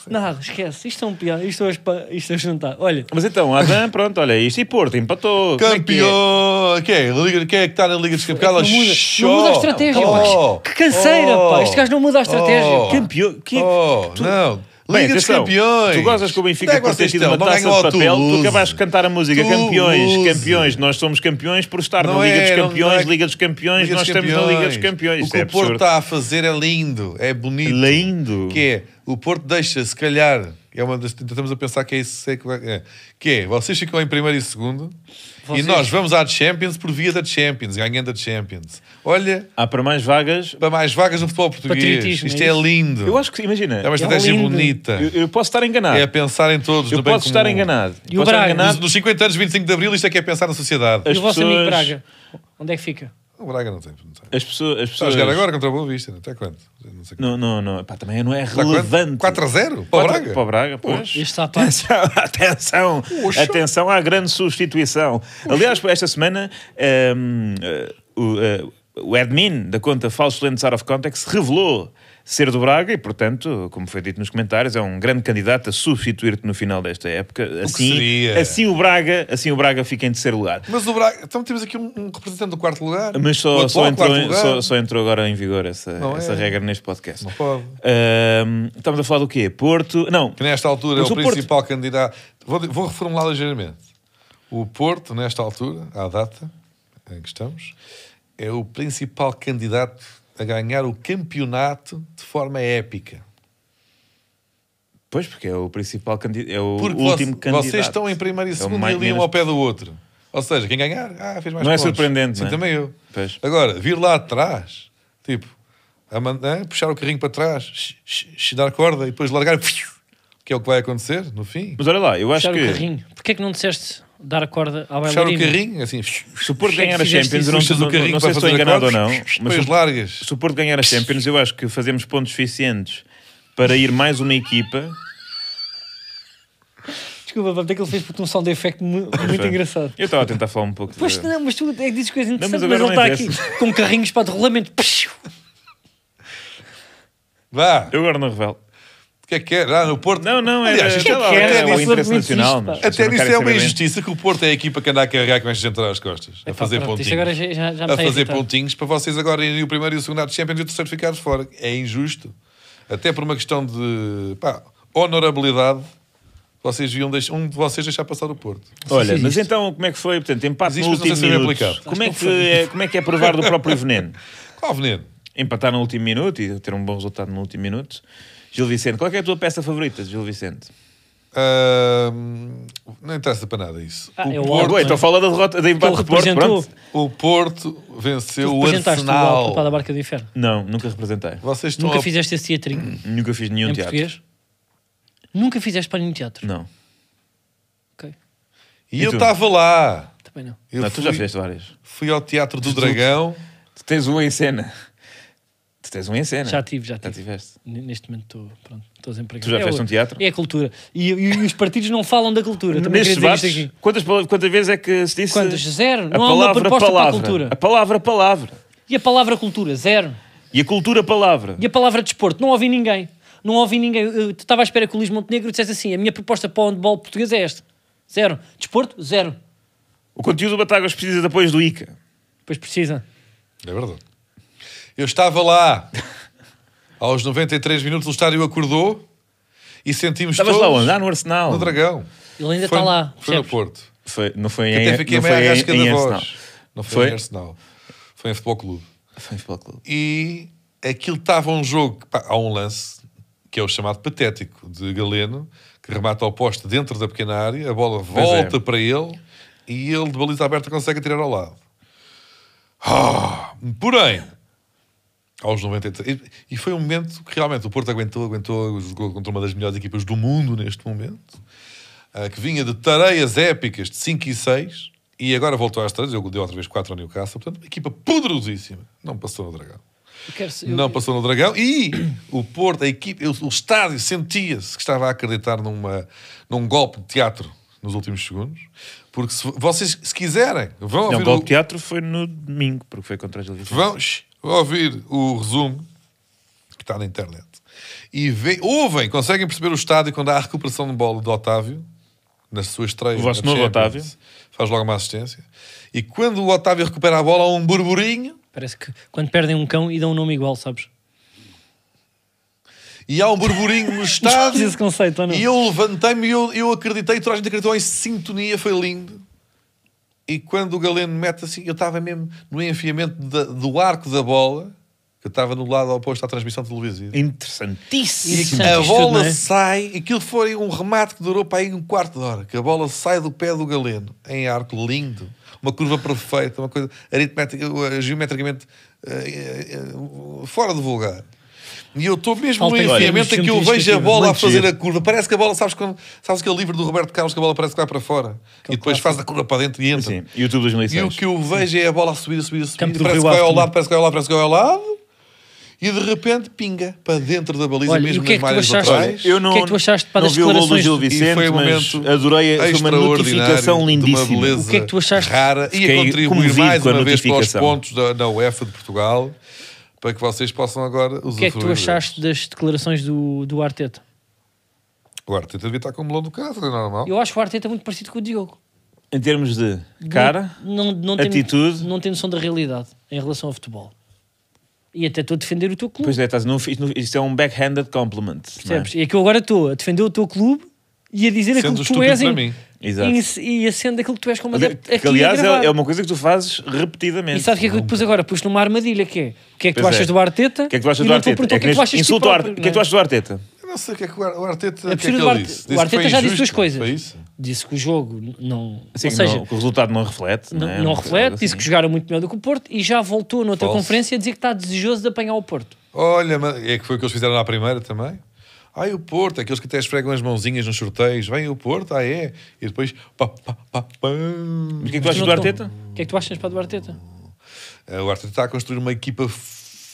Speaker 2: Nada, esquece. Isto é um pior. Isto é, pa- isto é jantar. Olha,
Speaker 1: Mas então, Adam, pronto, olha, isto e Porto empatou. Como é que é?
Speaker 3: Campeão! Quem é? Liga- Quem é que está na Liga dos
Speaker 2: não
Speaker 3: Campeões?
Speaker 2: muda, não muda a estratégia. pá. Que canseira, pá. Este gajo não muda a estratégia.
Speaker 3: Oh.
Speaker 1: Campeão. Que... é?
Speaker 3: Oh, não.
Speaker 1: Bem,
Speaker 3: Liga dos
Speaker 1: atenção,
Speaker 3: Campeões.
Speaker 1: Tu gozas com o Benfica
Speaker 3: Onde é que
Speaker 1: por ter
Speaker 3: vocês
Speaker 1: tido
Speaker 3: estão?
Speaker 1: uma
Speaker 3: Não
Speaker 1: taça
Speaker 3: ganham
Speaker 1: de
Speaker 3: ao
Speaker 1: papel. Tu
Speaker 3: Toulouse.
Speaker 1: acabaste de cantar a música Campeões,
Speaker 3: Toulouse.
Speaker 1: Campeões. Nós somos campeões por estar
Speaker 3: Não
Speaker 1: na Liga
Speaker 3: é,
Speaker 1: dos
Speaker 3: não-
Speaker 1: Campeões,
Speaker 3: não é que-
Speaker 1: Liga dos Campeões.
Speaker 3: Liga
Speaker 1: nós
Speaker 3: dos
Speaker 1: estamos na Liga dos Campeões.
Speaker 3: O
Speaker 1: Isto
Speaker 3: que
Speaker 1: é
Speaker 3: o Porto
Speaker 1: absurdo.
Speaker 3: está a fazer é lindo, é bonito.
Speaker 1: Lindo.
Speaker 3: Que é, o Porto deixa, se calhar, é uma das, estamos a pensar que é isso sei que, vai- é, que é, vocês ficam em primeiro e segundo
Speaker 2: Vocês-
Speaker 3: e nós vamos à Champions por via da Champions, ganhando a Champions. Olha,
Speaker 1: Há para mais vagas.
Speaker 3: para mais vagas no futebol português.
Speaker 2: Patriotismo,
Speaker 3: Isto
Speaker 2: é
Speaker 3: é,
Speaker 2: isso?
Speaker 3: lindo.
Speaker 1: Eu acho que, imagina,
Speaker 3: é uma estratégia
Speaker 2: lindo.
Speaker 3: bonita.
Speaker 1: eu, eu posso estar enganado.
Speaker 3: É a pensar em todos,
Speaker 1: eu
Speaker 3: no bem
Speaker 1: posso estar
Speaker 3: comum.
Speaker 1: enganado.
Speaker 2: E
Speaker 1: Posso
Speaker 2: o
Speaker 1: estar
Speaker 2: Braga?
Speaker 1: enganado.
Speaker 3: Nos 50 anos, 25 de Abril, isto é que é pensar na sociedade.
Speaker 1: As
Speaker 2: e o vosso amigo
Speaker 1: pessoas-
Speaker 2: Braga? Onde é que fica?
Speaker 3: O Braga não tem. Não tem.
Speaker 1: As pessoas. As
Speaker 3: Está Tá a
Speaker 1: pessoas
Speaker 3: jogar agora contra o Boa Vista, não? até quando? Não sei
Speaker 1: Não, não, não. Pá, também não é
Speaker 3: Está Tá quanto?
Speaker 1: relevante.
Speaker 3: 4 a 0? Para o
Speaker 1: Quatro-
Speaker 3: Braga?
Speaker 1: Para o Braga, pois.
Speaker 2: Este está a
Speaker 3: tá-
Speaker 2: par.
Speaker 1: Atenção,
Speaker 3: Oxa.
Speaker 1: atenção à grande substituição. Aliás, esta semana hum, eh, o, eh, o admin da conta False Lentes Out of Context revelou ser do Braga e, portanto, como foi dito nos comentários, é um grande candidato a substituir-te no final desta época. Assim,
Speaker 3: seria?
Speaker 1: assim o Braga, assim o Braga fica em terceiro lugar.
Speaker 3: Mas o Braga. Então temos aqui um, um representante do quarto lugar.
Speaker 1: Mas
Speaker 3: o
Speaker 1: só,
Speaker 3: atual
Speaker 1: só, entrou,
Speaker 3: quarto
Speaker 1: em-
Speaker 3: lugar.
Speaker 1: só, só entrou agora em vigor essa,
Speaker 3: Não
Speaker 1: essa
Speaker 3: é.
Speaker 1: regra neste podcast.
Speaker 3: Não pode.
Speaker 1: Hum, estamos a falar do quê? Porto. Não,
Speaker 3: Que nesta altura
Speaker 1: Mas o
Speaker 3: é o,
Speaker 1: Porto-
Speaker 3: principal candidato. Vou, vou reformular ligeiramente. O Porto, nesta altura, à data em que estamos, é o principal candidato a ganhar o campeonato de forma épica.
Speaker 1: Pois, porque é o principal candidato, é o
Speaker 3: Porque
Speaker 1: último
Speaker 3: vo-
Speaker 1: candidato.
Speaker 3: vocês estão em primeiro
Speaker 1: É
Speaker 3: e
Speaker 1: o
Speaker 3: segundo e
Speaker 1: mais-
Speaker 3: ali um
Speaker 1: menos-
Speaker 3: ao pé do outro. Ou seja, quem ganhar, ah, fez mais
Speaker 1: Não é
Speaker 3: pontos.
Speaker 1: surpreendente,
Speaker 3: Sim,
Speaker 1: não é?
Speaker 3: também eu.
Speaker 1: Pois.
Speaker 3: Agora, vir lá atrás, tipo, a man- ah, puxar o carrinho para trás, sh- sh- sh- dar corda e depois largar, que é o que vai acontecer no fim.
Speaker 1: Mas olha lá, eu acho
Speaker 2: Puxar o
Speaker 1: que
Speaker 2: carrinho. Porquê é que não disseste dar a corda à
Speaker 3: Puxar o
Speaker 2: bailarina?
Speaker 3: carrinho, assim,
Speaker 1: se o Porto
Speaker 2: Porquê é que
Speaker 1: ganhar a
Speaker 2: fizeste
Speaker 1: Champions,
Speaker 2: isso?
Speaker 1: eu não,
Speaker 3: puxas o
Speaker 1: não-
Speaker 3: carrinho
Speaker 1: não
Speaker 3: para
Speaker 1: sei se estou
Speaker 3: fazer a
Speaker 1: enganado ou
Speaker 3: corda,
Speaker 1: não, mas
Speaker 3: depois
Speaker 1: se-
Speaker 3: largas.
Speaker 1: se o Porto ganhar a Champions, eu acho que fazemos pontos suficientes para ir mais uma equipa.
Speaker 2: Desculpa, Pablo, é que ele fez porque um sound effect mu- muito engraçado.
Speaker 1: Eu estava a tentar falar um pouco. de-
Speaker 2: Pois não, mas tu é que dizes coisas
Speaker 1: mas
Speaker 2: interessantes, mas,
Speaker 1: agora
Speaker 2: ele está
Speaker 1: é. não
Speaker 2: aqui com carrinhos para de rolamento. Pshiu!
Speaker 3: Vá,
Speaker 1: Eu agora não revelo.
Speaker 3: o que é que é? Lá no Porto.
Speaker 1: Não, não, é,
Speaker 3: Aliás,
Speaker 1: é,
Speaker 3: isto-
Speaker 2: que é que
Speaker 1: é,
Speaker 2: era?
Speaker 1: o
Speaker 2: Isso
Speaker 1: interesse
Speaker 2: não existe,
Speaker 1: nacional.
Speaker 2: pá.
Speaker 1: mas
Speaker 3: até
Speaker 1: não
Speaker 3: isso
Speaker 1: quero
Speaker 3: é uma
Speaker 1: saber bem.
Speaker 3: injustiça que o Porto é a equipa que anda a carregar com esta gente atrás das costas, a
Speaker 1: Então
Speaker 2: Epá,
Speaker 3: fazer
Speaker 2: pronto,
Speaker 3: pontinhos.
Speaker 2: Isto agora já, já, já me então.
Speaker 3: a
Speaker 2: está
Speaker 3: fazer
Speaker 2: irritar.
Speaker 3: pontinhos para vocês agora irem o primeiro e o segundo à Champions e o terceiro ficar de fora. É injusto. Até por uma questão de pá, honorabilidade, vocês viam deixar, um de vocês deixar passar o Porto.
Speaker 1: Olha,
Speaker 2: Sim,
Speaker 1: mas
Speaker 2: isto.
Speaker 1: então como é que foi? Portanto, empate
Speaker 3: Mas
Speaker 1: no
Speaker 3: isto não sei
Speaker 1: último
Speaker 3: se é bem
Speaker 1: minuto.
Speaker 3: aplicado.
Speaker 1: Como é, que é, como é que é provar do próprio veneno?
Speaker 3: Qual veneno?
Speaker 1: Empatar no último minuto e ter um bom resultado no último minuto. Gil Vicente, qual é que é a tua peça favorita, Gil Vicente?
Speaker 3: Ahm, não interessa para nada isso.
Speaker 2: Ah, é o
Speaker 3: o,
Speaker 1: Ah,
Speaker 3: Porto,
Speaker 1: bom, então fala da derrota, da
Speaker 2: Que ele
Speaker 1: empate do Porto,
Speaker 2: representou.
Speaker 1: pronto.
Speaker 3: o Porto venceu
Speaker 2: Tu
Speaker 3: o
Speaker 2: representaste o Al
Speaker 3: Arsenal.
Speaker 2: Capá da Barca do Inferno.
Speaker 1: Não, nunca representei.
Speaker 3: Vocês estão
Speaker 2: Nunca
Speaker 3: a-
Speaker 2: fizeste esse teatrinho
Speaker 1: Nunca fiz nenhum
Speaker 2: em
Speaker 1: teatro.
Speaker 2: português? Nunca fizeste para nenhum teatro?
Speaker 1: Não.
Speaker 2: Ok,
Speaker 3: E,
Speaker 1: E
Speaker 3: eu
Speaker 1: tu?
Speaker 3: estava lá.
Speaker 2: também não.
Speaker 3: Eu
Speaker 1: Não, tu
Speaker 3: fui,
Speaker 1: já fizeste várias.
Speaker 3: fui ao Teatro do Dragão.
Speaker 1: Tu tens um em cena. Tu tens um em cena.
Speaker 2: Já tive, já tive.
Speaker 1: tiveste.
Speaker 2: N- Neste momento estou, pronto, estou desempregado.
Speaker 1: Tu já
Speaker 2: É
Speaker 1: fizeste
Speaker 2: o-
Speaker 1: um teatro?
Speaker 2: É a cultura. E, e- e os partidos não falam da cultura. Também
Speaker 1: Nestes
Speaker 2: queria dizer isto
Speaker 1: debates,
Speaker 2: aqui.
Speaker 1: quantas, pala- quantas vezes é que se disse...
Speaker 2: Quantas? Zero.
Speaker 1: a
Speaker 2: Não há uma
Speaker 1: palavra,
Speaker 2: proposta para a
Speaker 1: palavra.
Speaker 2: cultura.
Speaker 1: A palavra, palavra.
Speaker 2: E a palavra cultura, zero.
Speaker 1: E a cultura, palavra.
Speaker 2: E a palavra desporto, não ouvi ninguém. Não ouvi ninguém. Eu eu estava à espera que o Luís Montenegro dissesse assim: a minha proposta para o handball português é esta. Zero. Desporto, zero.
Speaker 1: O conteúdo do Batagas precisa de apoios do ICA.
Speaker 2: Pois precisa.
Speaker 3: É verdade. Eu estava lá. Aos 93 minutos o estádio acordou e sentimos
Speaker 1: Estavas lá
Speaker 3: todos
Speaker 1: onde? Ah, no Arsenal.
Speaker 3: no Dragão.
Speaker 2: Ele ainda
Speaker 3: Foi-
Speaker 2: está lá.
Speaker 3: Foi no
Speaker 2: percebes?
Speaker 3: Porto.
Speaker 1: um- Foi- não foi em,
Speaker 3: Até fiquei
Speaker 1: não
Speaker 3: meio
Speaker 1: foi
Speaker 3: à
Speaker 1: em,
Speaker 3: rasca
Speaker 1: em
Speaker 3: da
Speaker 1: Arsenal.
Speaker 3: voz. Não foi,
Speaker 1: Foi?
Speaker 3: em Arsenal. Foi em Futebol Clube.
Speaker 1: Foi em Futebol Clube.
Speaker 3: E aquilo estava um jogo... que, pá, há um lance que é o chamado patético de Galeno, que remata ao poste dentro da pequena área, a bola volta
Speaker 1: é.
Speaker 3: para ele e ele de baliza aberta consegue tirar ao lado. Ah, porém, aos 93. E- E foi um momento que realmente o Porto aguentou, aguentou, jogou contra uma das melhores equipas do mundo neste momento, ah, que vinha de tareias épicas de 5 e 6, e agora voltou às tareias, ele deu outra vez 4 ao Newcastle, portanto, uma equipa poderosíssima. Não passou no Dragão.
Speaker 2: Eu quero se- eu-
Speaker 3: Não passou no Dragão e o Porto, a equipe, o, o estádio sentia-se que estava a acreditar numa, num golpe de teatro nos últimos segundos, porque se vocês, se quiserem, vão
Speaker 1: Não,
Speaker 3: ouvir
Speaker 1: o gol
Speaker 3: o-
Speaker 1: de teatro foi no domingo, porque foi contra a Gil Vicente.
Speaker 3: Vão shh, vão ouvir o resumo que está na internet. E ve- ouvem, conseguem perceber o estádio quando há a recuperação de bola do Otávio, na sua estreia.
Speaker 1: O vosso
Speaker 3: na
Speaker 1: novo
Speaker 3: Champions.
Speaker 1: Otávio.
Speaker 3: Faz logo uma assistência. E quando o Otávio recupera a bola, há um burburinho.
Speaker 2: Parece que quando perdem um cão e dão um nome igual, sabes?
Speaker 3: E há um burburinho
Speaker 1: Tá
Speaker 3: no
Speaker 2: Faz
Speaker 3: estádio.
Speaker 2: esse conceito, ou não?
Speaker 3: e eu levantei-me e eu, eu acreditei, toda a gente acreditou em sintonia, foi lindo. E quando o Galeno mete assim, eu estava mesmo no enfiamento da- do arco da bola, que eu estava no lado oposto à transmissão televisiva.
Speaker 1: Interessantíssimo.
Speaker 2: Interessante
Speaker 3: a
Speaker 2: isto
Speaker 3: bola
Speaker 2: tudo, não é?
Speaker 3: sai, aquilo foi um remate que durou para aí um quarto de hora, que a bola sai do pé do Galeno, em arco lindo, uma curva perfeita, uma coisa aritmética, eh, geometricamente eh, eh, eh, fora do vulgar. E eu estou mesmo no
Speaker 2: Falta em
Speaker 3: enfiamento
Speaker 2: termos
Speaker 3: em que eu vejo a
Speaker 2: justificativos.
Speaker 3: bola a
Speaker 1: Muito
Speaker 3: fazer
Speaker 1: giro.
Speaker 3: a curva. Parece que a bola, sabes, quando, sabes aquele livro do Roberto Carlos que a bola parece que vai para fora e depois faz a curva para dentro e entra.
Speaker 1: Sim, YouTube
Speaker 3: Então, E o
Speaker 1: 2006.
Speaker 3: que eu vejo é a bola a subir, a subir, a subir.
Speaker 2: Campo do
Speaker 3: parece
Speaker 2: Rio
Speaker 3: que vai ao
Speaker 2: Ave
Speaker 3: lado, parece que vai ao lado, parece que vai ao lado. E de repente pinga para dentro da baliza,
Speaker 2: Olha, e
Speaker 3: mesmo
Speaker 2: o que é que tu
Speaker 3: nas malhas
Speaker 2: achaste?
Speaker 3: laterais.
Speaker 2: Eu- O que é que tu achaste para
Speaker 1: não
Speaker 2: das
Speaker 1: vi o gol do
Speaker 2: declarações?
Speaker 1: Gil
Speaker 2: E
Speaker 1: Vicente,
Speaker 3: foi um
Speaker 1: mas
Speaker 3: momento
Speaker 1: adorei, foi uma
Speaker 3: extraordinário, de
Speaker 1: notificação
Speaker 3: uma
Speaker 1: lindíssima.
Speaker 3: beleza
Speaker 2: O que é que tu achaste?
Speaker 3: Rara. E a
Speaker 1: Fiquei
Speaker 3: contribuir
Speaker 1: comovido
Speaker 3: mais
Speaker 1: com a
Speaker 3: uma vez para os
Speaker 1: notificação.
Speaker 3: pontos da, da UEFA de Portugal, para que vocês possam agora usar
Speaker 2: O que é que tu achaste das declarações do, do Arteta?
Speaker 3: Agora, tenta devia estar com o melão do caso, é normal.
Speaker 2: Eu acho o Arteta muito parecido com o Diogo.
Speaker 1: Em termos de cara,
Speaker 2: não, não
Speaker 1: atitude.
Speaker 2: Tem, não tem noção da realidade em relação ao futebol. E até estou a defender o teu clube.
Speaker 1: pois é, estás, não, isto, não- isto é um backhanded compliment. não é?
Speaker 2: percebes? E é que eu agora estou a defender o teu clube e a dizer
Speaker 3: Sendo
Speaker 2: aquilo que tu
Speaker 3: estúpido
Speaker 2: és
Speaker 3: para
Speaker 2: em-
Speaker 3: mim.
Speaker 1: Exato.
Speaker 2: em- e a sendo aquilo que tu és como
Speaker 1: Ali-
Speaker 2: adepto
Speaker 1: que,
Speaker 2: aqui
Speaker 1: aliás,
Speaker 2: a
Speaker 1: é,
Speaker 2: gravar.
Speaker 1: é uma coisa que tu fazes repetidamente.
Speaker 2: E sabes o que é que eu te pus agora? Pus numa armadilha que é o que é que tu
Speaker 1: Então. Pois
Speaker 2: achas
Speaker 1: é.
Speaker 2: do Arteta?
Speaker 1: O que é que tu achas
Speaker 2: E
Speaker 1: do
Speaker 2: não te
Speaker 1: Arteta?
Speaker 2: perguntou
Speaker 1: É
Speaker 2: o
Speaker 1: que
Speaker 2: que é que
Speaker 1: neste-
Speaker 2: tu achas de ti
Speaker 1: insulta o Arte-
Speaker 2: próprio,
Speaker 1: O que é que tu
Speaker 2: não é?
Speaker 1: achas do Arteta?
Speaker 3: Eu não sei o que é que o Ar- o Arteta,
Speaker 2: A
Speaker 3: o que é que
Speaker 2: postura do
Speaker 3: ele
Speaker 2: Arte-
Speaker 3: disse.
Speaker 2: o
Speaker 3: que foi
Speaker 2: Arteta já disse duas
Speaker 3: injusto,
Speaker 2: coisas.
Speaker 3: Foi isso?
Speaker 2: Disse que o jogo n- não.
Speaker 1: Assim,
Speaker 2: ou seja,
Speaker 1: não- que o resultado não reflete.
Speaker 2: não,
Speaker 1: Não, é?
Speaker 2: não
Speaker 1: Uma coisa
Speaker 2: reflete, disse
Speaker 1: assim.
Speaker 2: que jogaram muito melhor do que o Porto e já voltou noutra
Speaker 3: Falso.
Speaker 2: conferência a dizer que está desejoso de apanhar o Porto.
Speaker 3: Olha, mas é que foi o que eles fizeram na primeira também. Ai, o Porto, aqueles que até esfregam as mãozinhas nos sorteios. Vem o Porto, ah é. E depois... Pá, pá, pá, pam.
Speaker 1: Mas O que é que tu achas
Speaker 2: Mas
Speaker 1: do
Speaker 2: não te-
Speaker 1: Arteta?
Speaker 2: O que é que tu achas para do Arteta?
Speaker 3: Eh, O Arteta está a construir uma equipa f-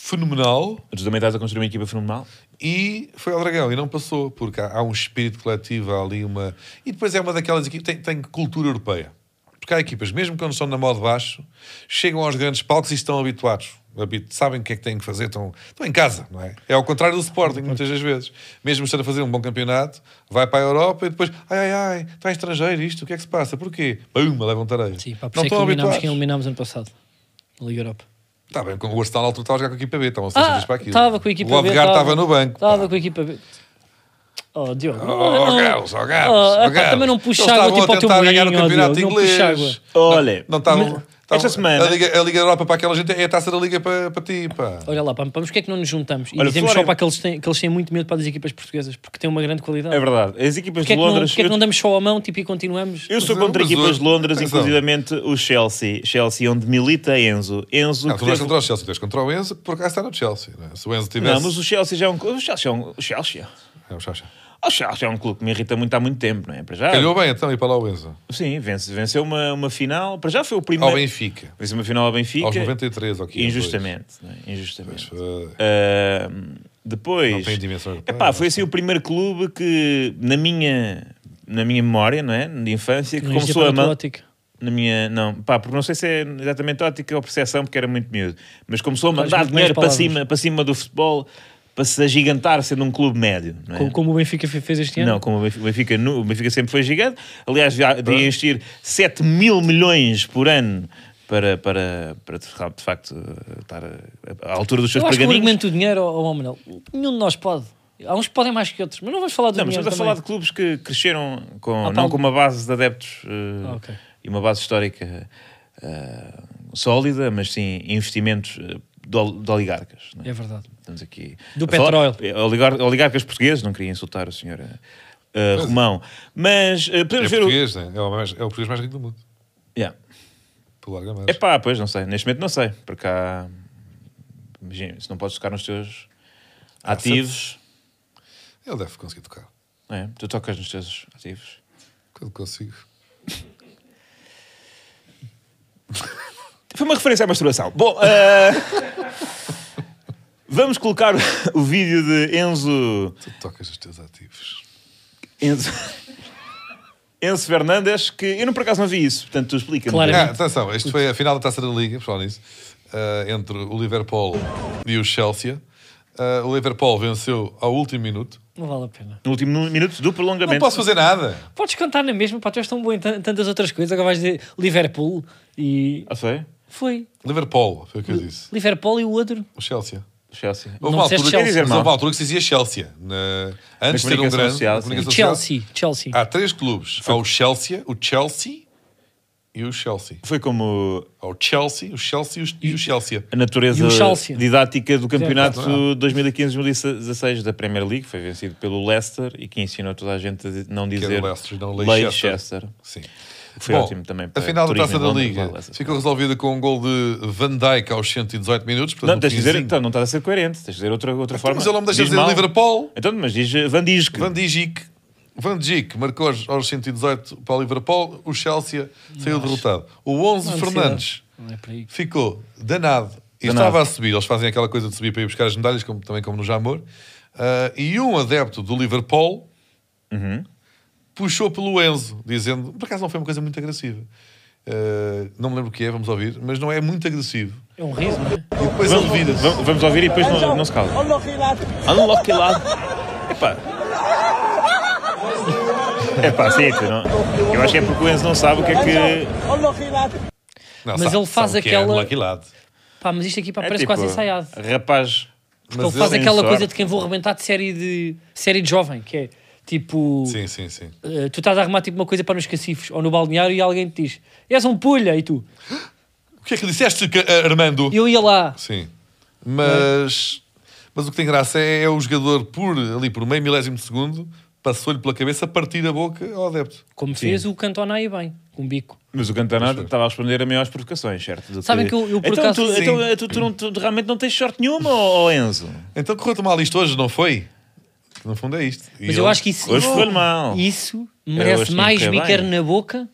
Speaker 3: fenomenal
Speaker 1: Tu também estás a construir uma equipa fenomenal.
Speaker 3: e foi ao Dragão e não passou, porque há, há um espírito coletivo, há ali uma. E depois é uma daquelas equipas tem, tem cultura europeia. Porque há equipas, mesmo quando estão na moda de baixo, chegam aos grandes palcos e estão habituados. Habit- Sabem o que é que têm que fazer, estão, estão em casa, não é? É ao contrário do Sporting, muitas das vezes. Mesmo estando a fazer um bom campeonato, vai para a Europa e depois, ai ai ai, está estrangeiro isto, o que é que se passa? Porquê? Uma, levam tareia.
Speaker 2: Sim, pá, por isso é que eliminámos quem eliminámos ano passado. Na Liga Europa.
Speaker 3: Está Tá bem, com o Arsenal na altura estava a jogar com a equipa B, estavam seis dias para aquilo.
Speaker 2: estava Ah, com a equipa
Speaker 3: O
Speaker 2: B.
Speaker 3: Odegaard estava no banco. pá.
Speaker 2: Estava com a equipa B. Oh, Diogo.
Speaker 3: Oh, oh, Carlos, oh, Carlos,
Speaker 2: Oh,
Speaker 3: oh,
Speaker 2: epá,
Speaker 3: Carlos.
Speaker 2: também não puxa
Speaker 3: Eles
Speaker 2: água,
Speaker 3: estavam
Speaker 2: tipo,
Speaker 3: a
Speaker 2: ao teu
Speaker 3: tentar ganhar o
Speaker 2: moinho, ó,
Speaker 3: campeonato
Speaker 2: Diogo, não
Speaker 3: inglês.
Speaker 2: puxa água.
Speaker 1: Olha,
Speaker 3: não estavam-
Speaker 1: mas-
Speaker 3: estavam-
Speaker 1: esta semana-
Speaker 3: A Liga, a Liga Europa para aquela gente é a taça da Liga para, para ti, pá.
Speaker 2: Olha lá, pá, vamos porque é que não nos juntamos? E
Speaker 1: Olha,
Speaker 2: dizemos
Speaker 1: Flória-
Speaker 2: só para que eles, têm, que eles têm muito medo para as equipas portuguesas, porque têm uma grande qualidade.
Speaker 1: É verdade. As equipas
Speaker 2: Porque é
Speaker 1: de
Speaker 2: que, não,
Speaker 1: Londres.
Speaker 2: porque é que não
Speaker 1: eu-
Speaker 2: damos só a mão tipo, e continuamos?
Speaker 1: Eu sou
Speaker 3: Mas
Speaker 1: contra
Speaker 3: hoje-
Speaker 1: equipas de Londres,
Speaker 3: atenção.
Speaker 1: inclusivamente o Chelsea. Chelsea, onde milita Enzo. Enzo
Speaker 3: Não,
Speaker 1: que
Speaker 3: tu vais
Speaker 1: teve-
Speaker 3: contra o Chelsea, tu és contra o Enzo, que por acaso está no Chelsea. Não é? Se o Enzo tivesse.
Speaker 1: Não, mas o Chelsea já é um. O Chelsea é um. O Chelsea.
Speaker 3: É o Chacha.
Speaker 1: O Chelsea é um clube que me irrita muito há muito tempo, não é? Para já.
Speaker 3: Calhou bem então, e para lá o Enzo.
Speaker 1: Sim, vence, venceu uma, uma final. Para já foi o
Speaker 3: Ao
Speaker 1: primeiro.
Speaker 3: Benfica,
Speaker 1: Venceu uma final ao Benfica.
Speaker 3: aos 93, ou 15.
Speaker 1: Injustamente. não é? Injustamente.
Speaker 3: Pois.
Speaker 1: Ahm, depois.
Speaker 3: Não tem dimensão europeia.
Speaker 1: Epá, foi assim o primeiro clube que, na minha, na minha memória, não é? De infância, que
Speaker 2: Não existia
Speaker 1: começou a.
Speaker 2: para
Speaker 1: ma-
Speaker 2: a tua ótica.
Speaker 1: Na minha. Não, pá, porque não sei se é exatamente ótica ou percepção, porque era muito miúdo. Mas começou a
Speaker 2: Faz
Speaker 1: mandar
Speaker 2: muito bem
Speaker 1: dinheiro
Speaker 2: as
Speaker 1: para
Speaker 2: palavras.
Speaker 1: cima, para cima do futebol para se agigantar sendo um clube médio. Não é?
Speaker 2: Como, como o Benfica fe- fez este ano?
Speaker 1: Não, como o Benfica- o Benfica, nu- o Benfica sempre foi gigante. Aliás, já de investir 7 mil milhões por ano para, para, para de fa- de facto eh, estar eh, à altura dos seus
Speaker 2: Eu acho que o
Speaker 1: pergaminhos.
Speaker 2: argumento do dinheiro, ó ó, Manuel, nenhum de nós pode. Há uns que podem mais que outros, mas não vamos falar do
Speaker 1: Não, mas
Speaker 2: dinheiro
Speaker 1: estamos a falar
Speaker 2: também.
Speaker 1: de clubes que cresceram com,
Speaker 2: Ah,
Speaker 1: não
Speaker 2: pá.
Speaker 1: com uma base de adeptos eh,
Speaker 2: Ah, ok.
Speaker 1: e uma base histórica eh, sólida, mas sim investimentos eh, de, ol- de oligarcas. não é?
Speaker 2: É verdade.
Speaker 1: Estamos aqui.
Speaker 2: Do
Speaker 1: a falar-
Speaker 2: petróleo.
Speaker 1: Oligar, oligarcas portugueses, não queria insultar o senhor eh, eh, Romão. Mas eh,
Speaker 3: É
Speaker 1: podemos ver o.
Speaker 3: português, né? é, o mais, é o português mais rico do mundo.
Speaker 1: Yeah.
Speaker 3: Pelo largamente.
Speaker 1: É pá, pois não sei. Neste momento não sei. Porque há. Imagina, se não podes tocar nos teus ativos.
Speaker 3: Ele deve conseguir tocar.
Speaker 1: É, tu tocas nos teus ativos.
Speaker 3: Quando consigo.
Speaker 1: Foi uma referência à masturbação. Bom, eh, vamos colocar o vídeo de Enzo.
Speaker 3: Tu tocas os teus ativos.
Speaker 1: Enzo. Enzo Fernandes, que eu não por acaso não vi isso, portanto tu explica-me.
Speaker 2: Claramente.
Speaker 3: Ah, atenção, isto foi a final da Taça da Liga, pessoal, nisso, ah, entre o Liverpool e o Chelsea. Ah, o Liverpool venceu ao último minuto.
Speaker 2: Não vale a pena.
Speaker 1: No último minuto do
Speaker 3: Não
Speaker 1: prolongamento.
Speaker 3: posso fazer nada.
Speaker 2: Podes cantar na mesma, pá, tu és tão bom em tan- tantas outras coisas. Agora vais dizer Liverpool e.
Speaker 1: Ah, foi?
Speaker 2: Foi.
Speaker 3: Liverpool, foi o que
Speaker 1: Hum.
Speaker 3: eu disse.
Speaker 2: Liverpool e o outro.
Speaker 3: O Chelsea.
Speaker 1: Chelsea.
Speaker 3: Houve
Speaker 2: Não
Speaker 3: uma,
Speaker 2: disseste
Speaker 3: altura,
Speaker 2: Chelsea.
Speaker 3: mas houve
Speaker 1: Mal.
Speaker 3: uma altura que se dizia Chelsea. na- antes de ter um
Speaker 1: comunicação
Speaker 3: grande.
Speaker 1: social,
Speaker 3: na
Speaker 1: sim.
Speaker 3: comunicação social.
Speaker 2: Chelsea. Chelsea.
Speaker 3: Há três clubes. Há o Chelsea, o Chelsea e o Chelsea.
Speaker 1: Foi como
Speaker 3: Há o Chelsea, o Chelsea e o- e o Chelsea.
Speaker 1: a natureza
Speaker 2: E o Chelsea.
Speaker 1: didática do campeonato
Speaker 3: Exato, não
Speaker 1: 2015-2016 da Premier League, que foi vencido pelo Leicester e que ensinou toda a gente a di- não
Speaker 3: era
Speaker 1: dizer
Speaker 3: é Leicester, não
Speaker 1: Leicester.
Speaker 3: Leicester. Sim.
Speaker 1: Foi
Speaker 3: Bom,
Speaker 1: ótimo também
Speaker 3: A
Speaker 1: para
Speaker 3: final da
Speaker 1: Turim,
Speaker 3: Taça
Speaker 1: em
Speaker 3: da
Speaker 1: Londres,
Speaker 3: Liga
Speaker 1: para Leicester.
Speaker 3: ficou resolvida com um gol de Van Dijk aos 118 minutos. portanto,
Speaker 1: Não,
Speaker 3: no
Speaker 1: tens de dizer,
Speaker 3: finzinho.
Speaker 1: então, não estás a ser coerente, tens de dizer outra, outra forma.
Speaker 3: Então, Mas ele não me deixa
Speaker 1: Diz
Speaker 3: dizer
Speaker 1: mal.
Speaker 3: Liverpool.
Speaker 1: Então, mas diz eh, Van Dijk.
Speaker 3: Van Dijk. Van Dijk marcou aos aos 118 para o Liverpool. O Chelsea saiu derrotado. O 11
Speaker 2: Não há
Speaker 3: Fernandes
Speaker 2: necessidade. Não é por aí.
Speaker 3: ficou danado. E
Speaker 1: Danado.
Speaker 3: estava a subir. Eles fazem aquela coisa de subir para ir buscar as medalhas, como- também como no Jamor. Ah, e um adepto do Liverpool
Speaker 2: Uhum.
Speaker 3: puxou pelo Enzo, dizendo... Por acaso não foi uma coisa muito agressiva. Ah, não me lembro o que é, vamos ouvir. Mas não é muito agressivo.
Speaker 2: É um riso, não é?
Speaker 3: E depois
Speaker 1: Vamos,
Speaker 3: ele vira
Speaker 1: vamos- vamos ouvir e depois não, não se cala. Unlock it lá. Epá. Epá, sim, tu não... eu acho que é porque o Enzo não sabe o que é que.
Speaker 3: Não,
Speaker 2: Mas ele faz
Speaker 3: o que é
Speaker 2: aquela-
Speaker 3: Unlucky Lad.
Speaker 2: Pá, mas isto aqui pá,
Speaker 1: É
Speaker 2: parece
Speaker 1: tipo,
Speaker 2: quase ensaiado.
Speaker 1: Rapaz.
Speaker 2: Ele
Speaker 3: Mas
Speaker 2: faz
Speaker 3: ele-
Speaker 2: aquela
Speaker 1: tem
Speaker 2: coisa
Speaker 1: sorte.
Speaker 2: de quem vou arrebentar de série de, série de jovem, que é tipo.
Speaker 3: Sim, sim, sim.
Speaker 2: eh, tu estás a arrumar tipo uma coisa para nos cacifos ou no balneário e alguém te diz és um pulha e tu,
Speaker 3: O que é que disseste, que- ah, Armando?
Speaker 2: eu ia lá
Speaker 3: Sim. Mas, mas o que tem graça é, é o jogador, por ali por meio milésimo de segundo, passou-lhe pela cabeça, partir a boca ao adepto.
Speaker 2: como fez o Cantona aí bem, com um bico
Speaker 1: Mas o Cantanado estava a responder a maiores provocações, certo? Do
Speaker 2: Sabem que eu- eu, por
Speaker 1: então,
Speaker 2: acaso-
Speaker 1: tu,
Speaker 3: Sim.
Speaker 1: então, eh, tu, tu não- tu realmente não tens sorte nenhuma, ó ó Enzo?
Speaker 3: Então correu-te mal isto hoje, não foi? No fundo é isto. E
Speaker 2: mas
Speaker 3: ele-
Speaker 2: eu acho que isso
Speaker 1: Hoje foi mal.
Speaker 2: isso
Speaker 1: hoje
Speaker 2: merece
Speaker 1: tive
Speaker 2: mais
Speaker 1: que ir bem.
Speaker 2: biqueiro na boca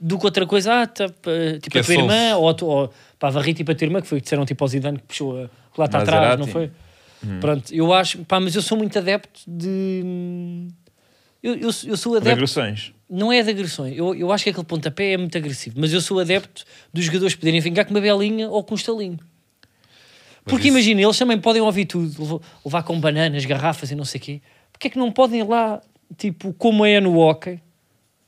Speaker 2: do que outra coisa, ah, tá, pá, tipo
Speaker 3: Que
Speaker 2: a
Speaker 3: é
Speaker 2: tua
Speaker 3: sonso.
Speaker 2: irmã, ou, a tu- ou pá, varri tipo a tua irmã, que foi o que disseram tipo ao Zidane que puxou a lá está
Speaker 1: Maserati. Uhum.
Speaker 2: atrás, não foi? Pronto, eu acho, pá, mas eu sou muito adepto de. hum, Eu, eu, sou- eu sou
Speaker 1: De
Speaker 2: adepto
Speaker 1: agressões.
Speaker 2: não é de agressões. Eu, eu acho que aquele pontapé é muito agressivo, mas eu sou adepto dos jogadores poderem vingar com uma belinha ou com um estalinho. Porque
Speaker 3: isso-
Speaker 2: imagina, eles também podem ouvir tudo, levo- levar com bananas, garrafas e não sei o quê. Porquê é que não podem ir lá, tipo, como é no hockey,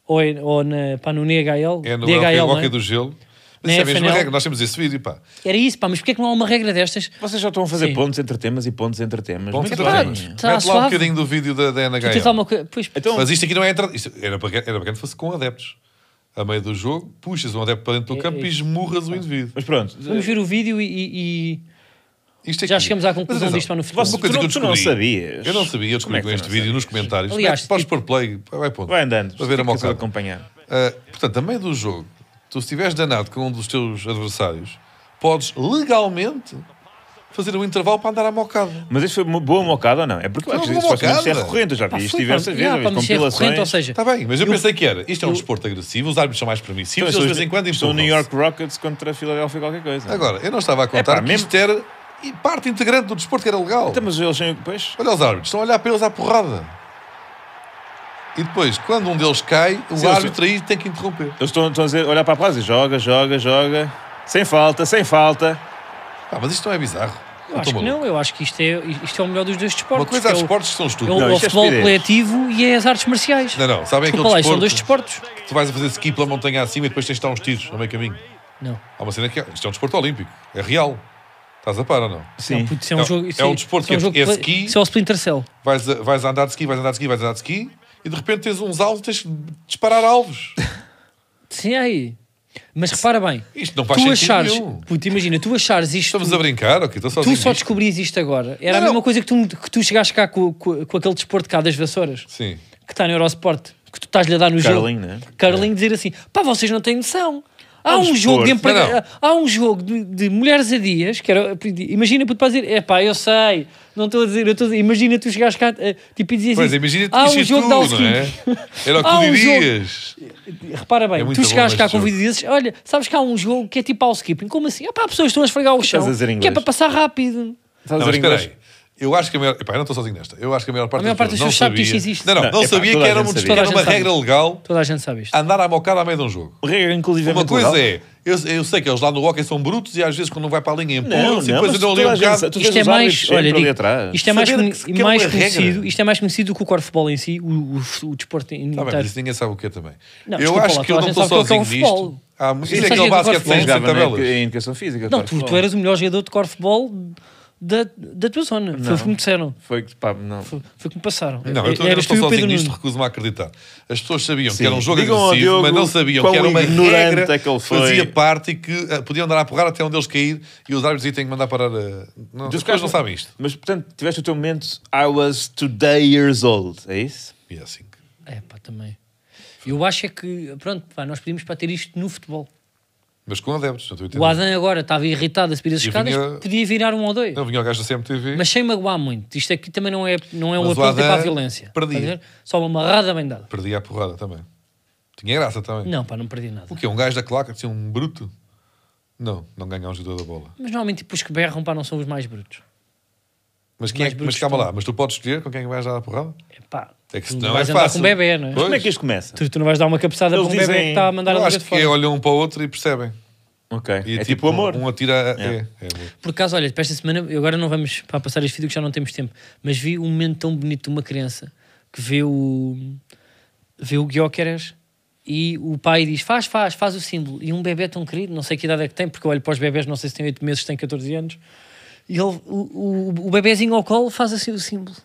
Speaker 2: ou, é- ou na, pá, no NHL,
Speaker 3: É no
Speaker 2: DHL,
Speaker 3: é o
Speaker 2: não é?
Speaker 3: hockey do gelo.
Speaker 2: Na
Speaker 3: Mas isso é a mesma
Speaker 2: FNL.
Speaker 3: regra, nós temos esse vídeo, pá.
Speaker 2: Era isso, pá, mas porquê é que não há uma regra destas?
Speaker 1: Vocês já estão a fazer
Speaker 2: Sim.
Speaker 1: pontos entre temas e pontos entre temas.
Speaker 3: Pontos
Speaker 1: Muito
Speaker 3: entre
Speaker 1: bem.
Speaker 3: temas.
Speaker 2: Tá
Speaker 3: Mete lá um
Speaker 2: suave. um
Speaker 3: bocadinho do vídeo da, da
Speaker 2: Tu tens
Speaker 3: NHL.
Speaker 2: alguma coisa... Pois,
Speaker 1: Então,
Speaker 3: Mas isto aqui não é entrada. Isto era bacana, era bacana que fosse com adeptos. A meio do jogo, puxas um adepto para dentro do
Speaker 2: É,
Speaker 3: campo
Speaker 2: é
Speaker 3: e esmurras o indivíduo.
Speaker 1: mas pronto.
Speaker 2: vamos ver o vídeo e... e- e-
Speaker 3: Isto aqui-
Speaker 2: Já chegamos à conclusão
Speaker 3: Mas atenção,
Speaker 2: disto lá no futebol.
Speaker 3: uma
Speaker 1: Você-
Speaker 3: coisa
Speaker 1: tu
Speaker 3: que
Speaker 1: não-
Speaker 3: eu
Speaker 1: tu não
Speaker 3: descobri-
Speaker 1: sabias?
Speaker 3: Eu não sabia, eu descobri
Speaker 1: Como é que
Speaker 3: com
Speaker 1: tu
Speaker 3: este
Speaker 1: não tipo,
Speaker 3: vídeo nos comentários.
Speaker 2: Aliás,
Speaker 3: Mete- podes pôr play, vai pondo.
Speaker 1: Vai andando.
Speaker 3: Para ver a
Speaker 1: Fica só
Speaker 3: mocada.
Speaker 1: acompanhar.
Speaker 3: Ah, portanto, a meio do jogo, tu se estiveres danado com um dos teus adversários, podes legalmente fazer um intervalo para andar à mocada.
Speaker 1: Mas isto foi uma boa mocada ou não? É porque eu
Speaker 3: Foi
Speaker 1: acho que
Speaker 3: uma
Speaker 1: isso
Speaker 3: boa
Speaker 1: basicamente é
Speaker 3: mocada.
Speaker 1: recorrente. Eu já
Speaker 2: Pá,
Speaker 1: vi isto
Speaker 2: Ah, foi,
Speaker 1: diversas
Speaker 2: pá,
Speaker 1: vezes,
Speaker 2: yeah,
Speaker 1: já
Speaker 2: pá,
Speaker 1: vi
Speaker 2: mas isso é recorrente, ou
Speaker 1: compilações.
Speaker 2: seja,
Speaker 3: Está Tá bem, mas eu, pensei que era. Isto é um desporto agressivo, os árbitros são mais
Speaker 1: Então,
Speaker 3: permissivos, Então, eles de vez em quando
Speaker 1: São
Speaker 3: empurram
Speaker 1: New York Rockets contra a Filadélfia qualquer coisa.
Speaker 3: Agora, eu não estava a contar
Speaker 1: Epá,
Speaker 3: que
Speaker 1: mesmo-
Speaker 3: isto era e parte integrante do desporto que era legal.
Speaker 1: Então, mas eles têm. Pois.
Speaker 3: Olha os árbitros, estão a olhar para eles à porrada. E depois, quando um deles cai, o
Speaker 1: Sim,
Speaker 3: árbitro aí tem que interromper.
Speaker 1: Eles estão, estão a dizer, olhar para a praça e joga, joga, joga. Sem falta, sem falta.
Speaker 3: Ah, mas isto não é
Speaker 2: eu
Speaker 3: bizarro.
Speaker 2: acho
Speaker 3: estou
Speaker 2: que
Speaker 3: maluco.
Speaker 2: não, eu acho que isto é, isto é o melhor dos dois desportos.
Speaker 3: Uma coisa há
Speaker 2: que é o-
Speaker 3: desportos que são
Speaker 2: É
Speaker 3: estúpidos.
Speaker 2: o,
Speaker 1: Não,
Speaker 2: é o
Speaker 1: isto é
Speaker 2: futebol
Speaker 1: estupidez.
Speaker 2: coletivo e é as artes marciais.
Speaker 3: Não, não, sabem aquele
Speaker 2: Desculpa lá, isto são
Speaker 3: desporto
Speaker 2: dois desportos.
Speaker 3: que tu vais a fazer ski pela montanha acima e depois tens de dar uns tiros ao meio caminho.
Speaker 2: Não.
Speaker 3: Há uma cena que é, isto é um desporto olímpico, é real. Estás a par ou não?
Speaker 1: Sim.
Speaker 2: Puto, isso é um
Speaker 3: É-
Speaker 2: jogo.
Speaker 3: é
Speaker 2: isso
Speaker 3: um desporto
Speaker 2: isso
Speaker 3: que é- é
Speaker 2: play-
Speaker 3: ski.
Speaker 2: Isso é o Splinter Cell.
Speaker 3: Vais a, vais a andar de ski, vais a andar de ski, vais a andar de ski e de repente tens uns alvos, tens de disparar alvos.
Speaker 2: Sim, é aí. Mas repara bem.
Speaker 3: Isto não faz
Speaker 2: tu
Speaker 3: sentido
Speaker 2: achares.
Speaker 3: nenhum.
Speaker 2: Puto, imagina, tu achares isto.
Speaker 3: Estamos a brincar, ok, estou sozinho.
Speaker 2: Tu só
Speaker 3: nisto.
Speaker 2: descobrias isto agora. Era a
Speaker 3: Não,
Speaker 2: mesma
Speaker 3: não.
Speaker 2: coisa que tu, que tu chegaste cá com, com, com aquele desporto cá das vassouras,
Speaker 3: Sim.
Speaker 2: que está no Eurosport, que tu estás-lhe a dar no jogo.
Speaker 1: Carlinho, né?
Speaker 2: Carlinho dizer assim: pá, vocês não têm noção. Há
Speaker 1: um
Speaker 2: um, jogo
Speaker 1: desporto.
Speaker 2: de, empre-
Speaker 3: Não, não.
Speaker 2: há um jogo de, de mulheres a dias que era. Imagina, puto, para dizer: é pá, eu sei, não estou a dizer, eu estou a dizer. Imagina tu chegares cá, eh, tipo, e dizias
Speaker 3: Pois,
Speaker 2: assim,
Speaker 3: imagina
Speaker 2: há
Speaker 3: tu
Speaker 2: um jogo de
Speaker 3: tu, não é?
Speaker 2: housekeeping.
Speaker 3: Era o que
Speaker 2: Há
Speaker 3: tu
Speaker 2: um jogo-
Speaker 3: dirias.
Speaker 2: Repara bem,
Speaker 3: É muito
Speaker 2: tu
Speaker 3: bom
Speaker 2: chegares cá
Speaker 3: este
Speaker 2: com um
Speaker 3: jogo.
Speaker 2: vídeo e dizes: olha, sabes que há um jogo que é tipo housekeeping. Como assim? Ah pá, pessoas estão a esfregar o chão,
Speaker 1: estás a dizer em
Speaker 2: que é
Speaker 1: inglês?
Speaker 2: para passar rápido.
Speaker 1: Estás a
Speaker 3: Não, mas
Speaker 1: dizer
Speaker 3: espera
Speaker 1: inglês?
Speaker 3: aí. Eu acho que a maior... Epá, eu não estou sozinho nesta. Eu acho que a maior parte,
Speaker 2: A maior parte das
Speaker 3: não
Speaker 2: pessoas sabe que
Speaker 3: sabia-
Speaker 2: isto existe.
Speaker 3: Não, não, não,
Speaker 1: Não, epá,
Speaker 3: sabia
Speaker 1: toda a
Speaker 3: que era,
Speaker 1: gente
Speaker 3: um,
Speaker 1: sabia.
Speaker 3: que era
Speaker 2: Toda a
Speaker 3: uma
Speaker 2: gente
Speaker 3: regra
Speaker 2: sabe.
Speaker 3: legal
Speaker 2: Toda a gente sabe isto.
Speaker 3: andar à mocada à meio de um jogo.
Speaker 1: Regra inclusive
Speaker 3: Uma coisa é, eu, eu sei que eles lá no hockey são brutos e às vezes quando não vai para a linha
Speaker 1: Não,
Speaker 3: empurram-se e
Speaker 1: não,
Speaker 3: depois
Speaker 1: mas
Speaker 3: andam
Speaker 1: toda
Speaker 3: ali um
Speaker 1: a gente sabe.
Speaker 3: bocado.
Speaker 1: Tu
Speaker 2: Isto
Speaker 1: vês
Speaker 2: é
Speaker 1: os
Speaker 2: mais,
Speaker 1: árbitros sempre
Speaker 2: olha,
Speaker 1: ali
Speaker 2: digo,
Speaker 1: atrás.
Speaker 2: isto é mais,
Speaker 3: Saber
Speaker 2: conhe-
Speaker 3: que- que é
Speaker 2: mais
Speaker 3: uma regra.
Speaker 2: conhecido, isto é mais conhecido do que o corfball em si, o, o, o desporto
Speaker 3: Tá
Speaker 2: inteiro.
Speaker 3: bem, mas isso ninguém sabe o que é também.
Speaker 2: Não,
Speaker 3: eu
Speaker 2: desculpa
Speaker 3: acho
Speaker 2: lá,
Speaker 3: que eu
Speaker 2: toda
Speaker 3: não
Speaker 2: a gente sabe o
Speaker 3: estou
Speaker 2: que é
Speaker 3: sozinho
Speaker 2: o futebol.
Speaker 3: nisto. Há mu-
Speaker 2: Eu
Speaker 3: Isso é
Speaker 2: sei que
Speaker 3: aquele
Speaker 2: é
Speaker 3: basquete
Speaker 2: futebol.
Speaker 3: sem sem
Speaker 1: Jogava na-
Speaker 3: tabelas.
Speaker 1: em educação física.
Speaker 2: Não, tu,
Speaker 1: corfball.
Speaker 2: tu eras o melhor jogador de corfball da, da tua zona. Foi o que me disseram.
Speaker 1: Foi que, pá, não.
Speaker 2: Foi, foi o que me passaram.
Speaker 3: Não, eu estou- eu não
Speaker 2: Eras tu
Speaker 3: estou
Speaker 2: e o
Speaker 3: sozinho
Speaker 2: Pedro
Speaker 3: nisto,
Speaker 2: Nuno.
Speaker 3: recuso-me a acreditar. As pessoas sabiam
Speaker 1: Sim.
Speaker 3: que era um jogo
Speaker 1: Digam ao
Speaker 3: agressivo,
Speaker 1: Diogo
Speaker 3: mas não sabiam
Speaker 1: quão
Speaker 3: que era uma
Speaker 1: ignorante
Speaker 3: regra
Speaker 1: é que ele foi.
Speaker 3: fazia parte e que ah, podiam dar a porrada até onde eles cair e os árbitros aí têm que mandar parar a... Não, as pessoas não sabem isto.
Speaker 1: Mas, portanto, tiveste o teu momento I was today years old, é isso?
Speaker 3: E é assim. que-
Speaker 2: É pá, também. Eu acho é que, pronto, pá, nós pedimos para ter isto no futebol.
Speaker 3: Mas com adeptos, não estou a
Speaker 2: O
Speaker 3: entender.
Speaker 2: Adam agora estava irritado a subir as
Speaker 3: Eu
Speaker 2: escadas,
Speaker 3: vinha-
Speaker 2: podia virar um ou dois.
Speaker 3: Não vinha o gajo da CMTV.
Speaker 2: Mas sem magoar muito. Isto aqui também não é, não é um
Speaker 3: Mas o
Speaker 2: apelo tipo
Speaker 3: Adam
Speaker 2: à violência.
Speaker 3: perdia.
Speaker 2: Estás a ver? Só uma marrada bem dada.
Speaker 3: Perdi a porrada também. Tinha graça também.
Speaker 2: Não, pá, não perdi nada.
Speaker 3: O quê? Um gajo da claca, assim, um bruto? Não, não ganha um jogador da bola.
Speaker 2: Mas normalmente tipo, os que berram pá, não são os mais brutos.
Speaker 3: Mas, quem é,
Speaker 2: Mais
Speaker 3: que-
Speaker 2: brutos
Speaker 3: mas calma
Speaker 2: estão.
Speaker 3: lá, mas tu podes escolher com quem é que vais dar a porrada?
Speaker 2: É pá,
Speaker 3: É que
Speaker 2: tu
Speaker 3: senão
Speaker 2: não vais
Speaker 3: é
Speaker 2: andar
Speaker 3: fácil.
Speaker 2: com bebê, não é?
Speaker 3: Pois.
Speaker 1: Como é que isto começa?
Speaker 2: Tu, tu não vais dar uma cabeçada
Speaker 1: Eles
Speaker 2: para um bebê
Speaker 1: dizem-
Speaker 2: que está a mandar
Speaker 3: Eu
Speaker 2: a
Speaker 3: acho
Speaker 2: de
Speaker 3: que
Speaker 2: fora.
Speaker 3: é olham um para o outro e percebem.
Speaker 1: Ok.
Speaker 3: E
Speaker 1: é tipo o amor.
Speaker 3: Um, um atira. a- É. é amor.
Speaker 2: Por acaso, olha, para esta semana, eu agora não vamos para passar este vídeo que já não temos tempo, mas vi um momento tão bonito de uma criança que vê o vê o Guióqueras e o pai diz: faz, faz, faz o símbolo. E um bebê tão querido, não sei que idade é que tem, porque eu olho para os bebés, não sei se tem 8 meses, se tem 14 anos, e ele, o, o, o bebezinho ao colo faz assim o símbolo.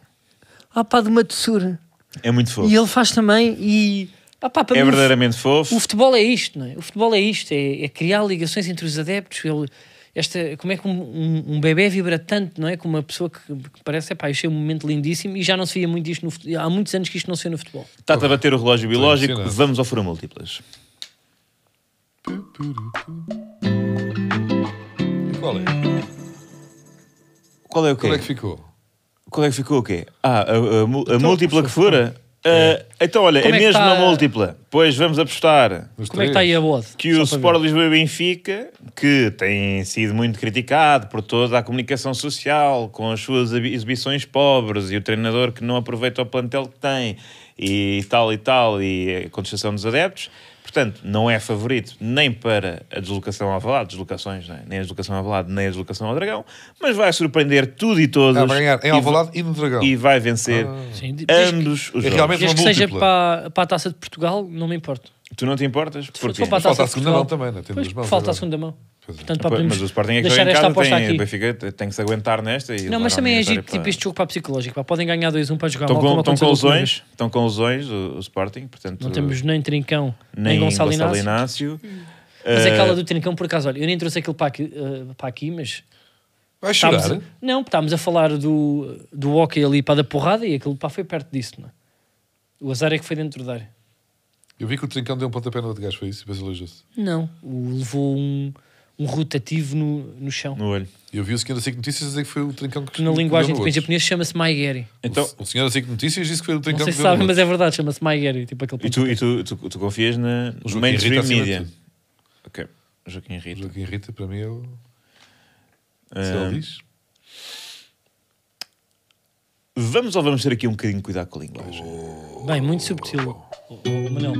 Speaker 2: Ah, pá, de uma doçura.
Speaker 1: É muito fofo.
Speaker 2: E ele faz também e. Ah, pá, para
Speaker 1: É
Speaker 2: mim,
Speaker 1: verdadeiramente fofo.
Speaker 2: o futebol é isto, não é? O futebol é isto, é, é criar ligações entre os adeptos. Ele, esta, como é que um, um, um bebê vibra tanto, não é? Com uma pessoa que, que parece, pá, achei um momento lindíssimo e já não se via muito isto no fute- Há muitos anos que isto não se vê no futebol.
Speaker 1: Está-te a bater o relógio biológico.
Speaker 3: emocionado.
Speaker 1: Vamos ao furo múltiplas.
Speaker 3: E Qual é?
Speaker 1: Qual é o quê?
Speaker 3: Qual é que ficou?
Speaker 1: Qual é que ficou o quê? Ah, a, a mu- a múltipla que fura? Ah, então, olha,
Speaker 2: Como
Speaker 1: é
Speaker 2: é que
Speaker 1: mesmo
Speaker 2: tá-
Speaker 1: a múltipla. Pois vamos apostar
Speaker 3: Nos
Speaker 2: Como é que
Speaker 3: três.
Speaker 2: está aí a bode?
Speaker 1: que o Sport Lisboa e Benfica, que tem sido muito criticado por toda a comunicação social, com as suas ebi- exibições pobres e o treinador que não aproveita o plantel que tem e tal e tal, e a contestação dos adeptos. Portanto, não é favorito nem para a deslocação ao Valado, deslocações, né? nem a deslocação ao Valado, nem a deslocação ao Dragão, mas vai surpreender tudo e todos.
Speaker 3: Ah, vai ganhar em
Speaker 1: e
Speaker 3: Alvalade e no Dragão. Ah.
Speaker 1: e vai vencer
Speaker 2: Sim, diz
Speaker 1: ambos os
Speaker 3: É
Speaker 1: jogos.
Speaker 3: realmente-
Speaker 2: Desde que
Speaker 3: uma
Speaker 2: seja
Speaker 3: múltipla.
Speaker 2: para, para a taça de Portugal, não me importo.
Speaker 1: Tu não te importas?
Speaker 2: For-
Speaker 1: Porquê?
Speaker 2: for para
Speaker 3: Mas falta
Speaker 2: Taça
Speaker 3: a
Speaker 2: de
Speaker 3: segunda
Speaker 2: Portugal.
Speaker 3: mão também, não é? Temos
Speaker 2: Pois,
Speaker 3: as mãos
Speaker 2: falta
Speaker 3: agora.
Speaker 2: a segunda mão.
Speaker 3: Pois é.
Speaker 2: Portanto, para
Speaker 1: Pois,
Speaker 2: podermos
Speaker 1: mas o Sporting é que
Speaker 2: deixar
Speaker 1: joga em
Speaker 2: esta
Speaker 1: casa,
Speaker 2: aposta
Speaker 1: tem, o
Speaker 2: aqui.
Speaker 1: Benfica tem tem que se aguentar nesta. E
Speaker 2: Não, mas
Speaker 1: levar
Speaker 2: também
Speaker 1: uma
Speaker 2: é
Speaker 1: vitória
Speaker 2: giro, tipo
Speaker 1: para-
Speaker 2: este jogo para psicológico. pá, Podem ganhar 2-1 para jogar
Speaker 1: Estão
Speaker 2: mal,
Speaker 1: com,
Speaker 2: como
Speaker 1: estão
Speaker 2: aconteceu
Speaker 1: com
Speaker 2: da última vez.
Speaker 1: lesões, estão com lesões o, o Sporting, portanto,
Speaker 2: Não temos nem Trincão, nem,
Speaker 1: nem
Speaker 2: Gonçalo Inácio.
Speaker 1: Inácio.
Speaker 2: Mas é
Speaker 1: Eh,
Speaker 2: aquela do Trincão, por acaso, olha, eu nem trouxe aquilo para aqui, eh, para aqui mas...
Speaker 3: Vai chorar?
Speaker 2: Estávamos a, não, estávamos a falar do, do hockey ali para da porrada e aquilo pá, foi perto disso, não é? O azar é que foi dentro da área.
Speaker 3: Eu vi que o Trincão deu um pontapé no outro gajo, foi isso, e depois elogiou-se.
Speaker 2: Não, o, levou um, um rotativo no, no chão.
Speaker 1: no olho.
Speaker 3: E eu vi o senhor da SIC Notícias dizer que foi o Trincão que
Speaker 2: Que na linguagem tipo,
Speaker 3: que deu no
Speaker 2: em
Speaker 3: outro.
Speaker 2: japonês chama-se Maigeri.
Speaker 1: Então,
Speaker 3: O senhor da SIC Notícias disse que foi o
Speaker 2: Não
Speaker 3: Trincão
Speaker 2: sei
Speaker 3: que
Speaker 2: se
Speaker 3: deu no
Speaker 2: sabem, mas
Speaker 3: outro.
Speaker 2: é verdade, chama-se Maigeri. Tipo aquele
Speaker 1: e tu, e tu, tu, tu confias na, no
Speaker 3: Joaquim
Speaker 1: mainstream
Speaker 3: Rita acima de
Speaker 1: media?
Speaker 3: tudo.
Speaker 1: Ok, Joaquim
Speaker 3: O
Speaker 1: Rita.
Speaker 3: Joaquim Rita, para mim, é o... Se
Speaker 1: Eh,
Speaker 3: ele diz...
Speaker 1: vamos ou vamos ter aqui um bocadinho de cuidado com a
Speaker 3: Oh,
Speaker 1: linguagem?
Speaker 2: Bem, muito subtil. Oh, oh, Manel,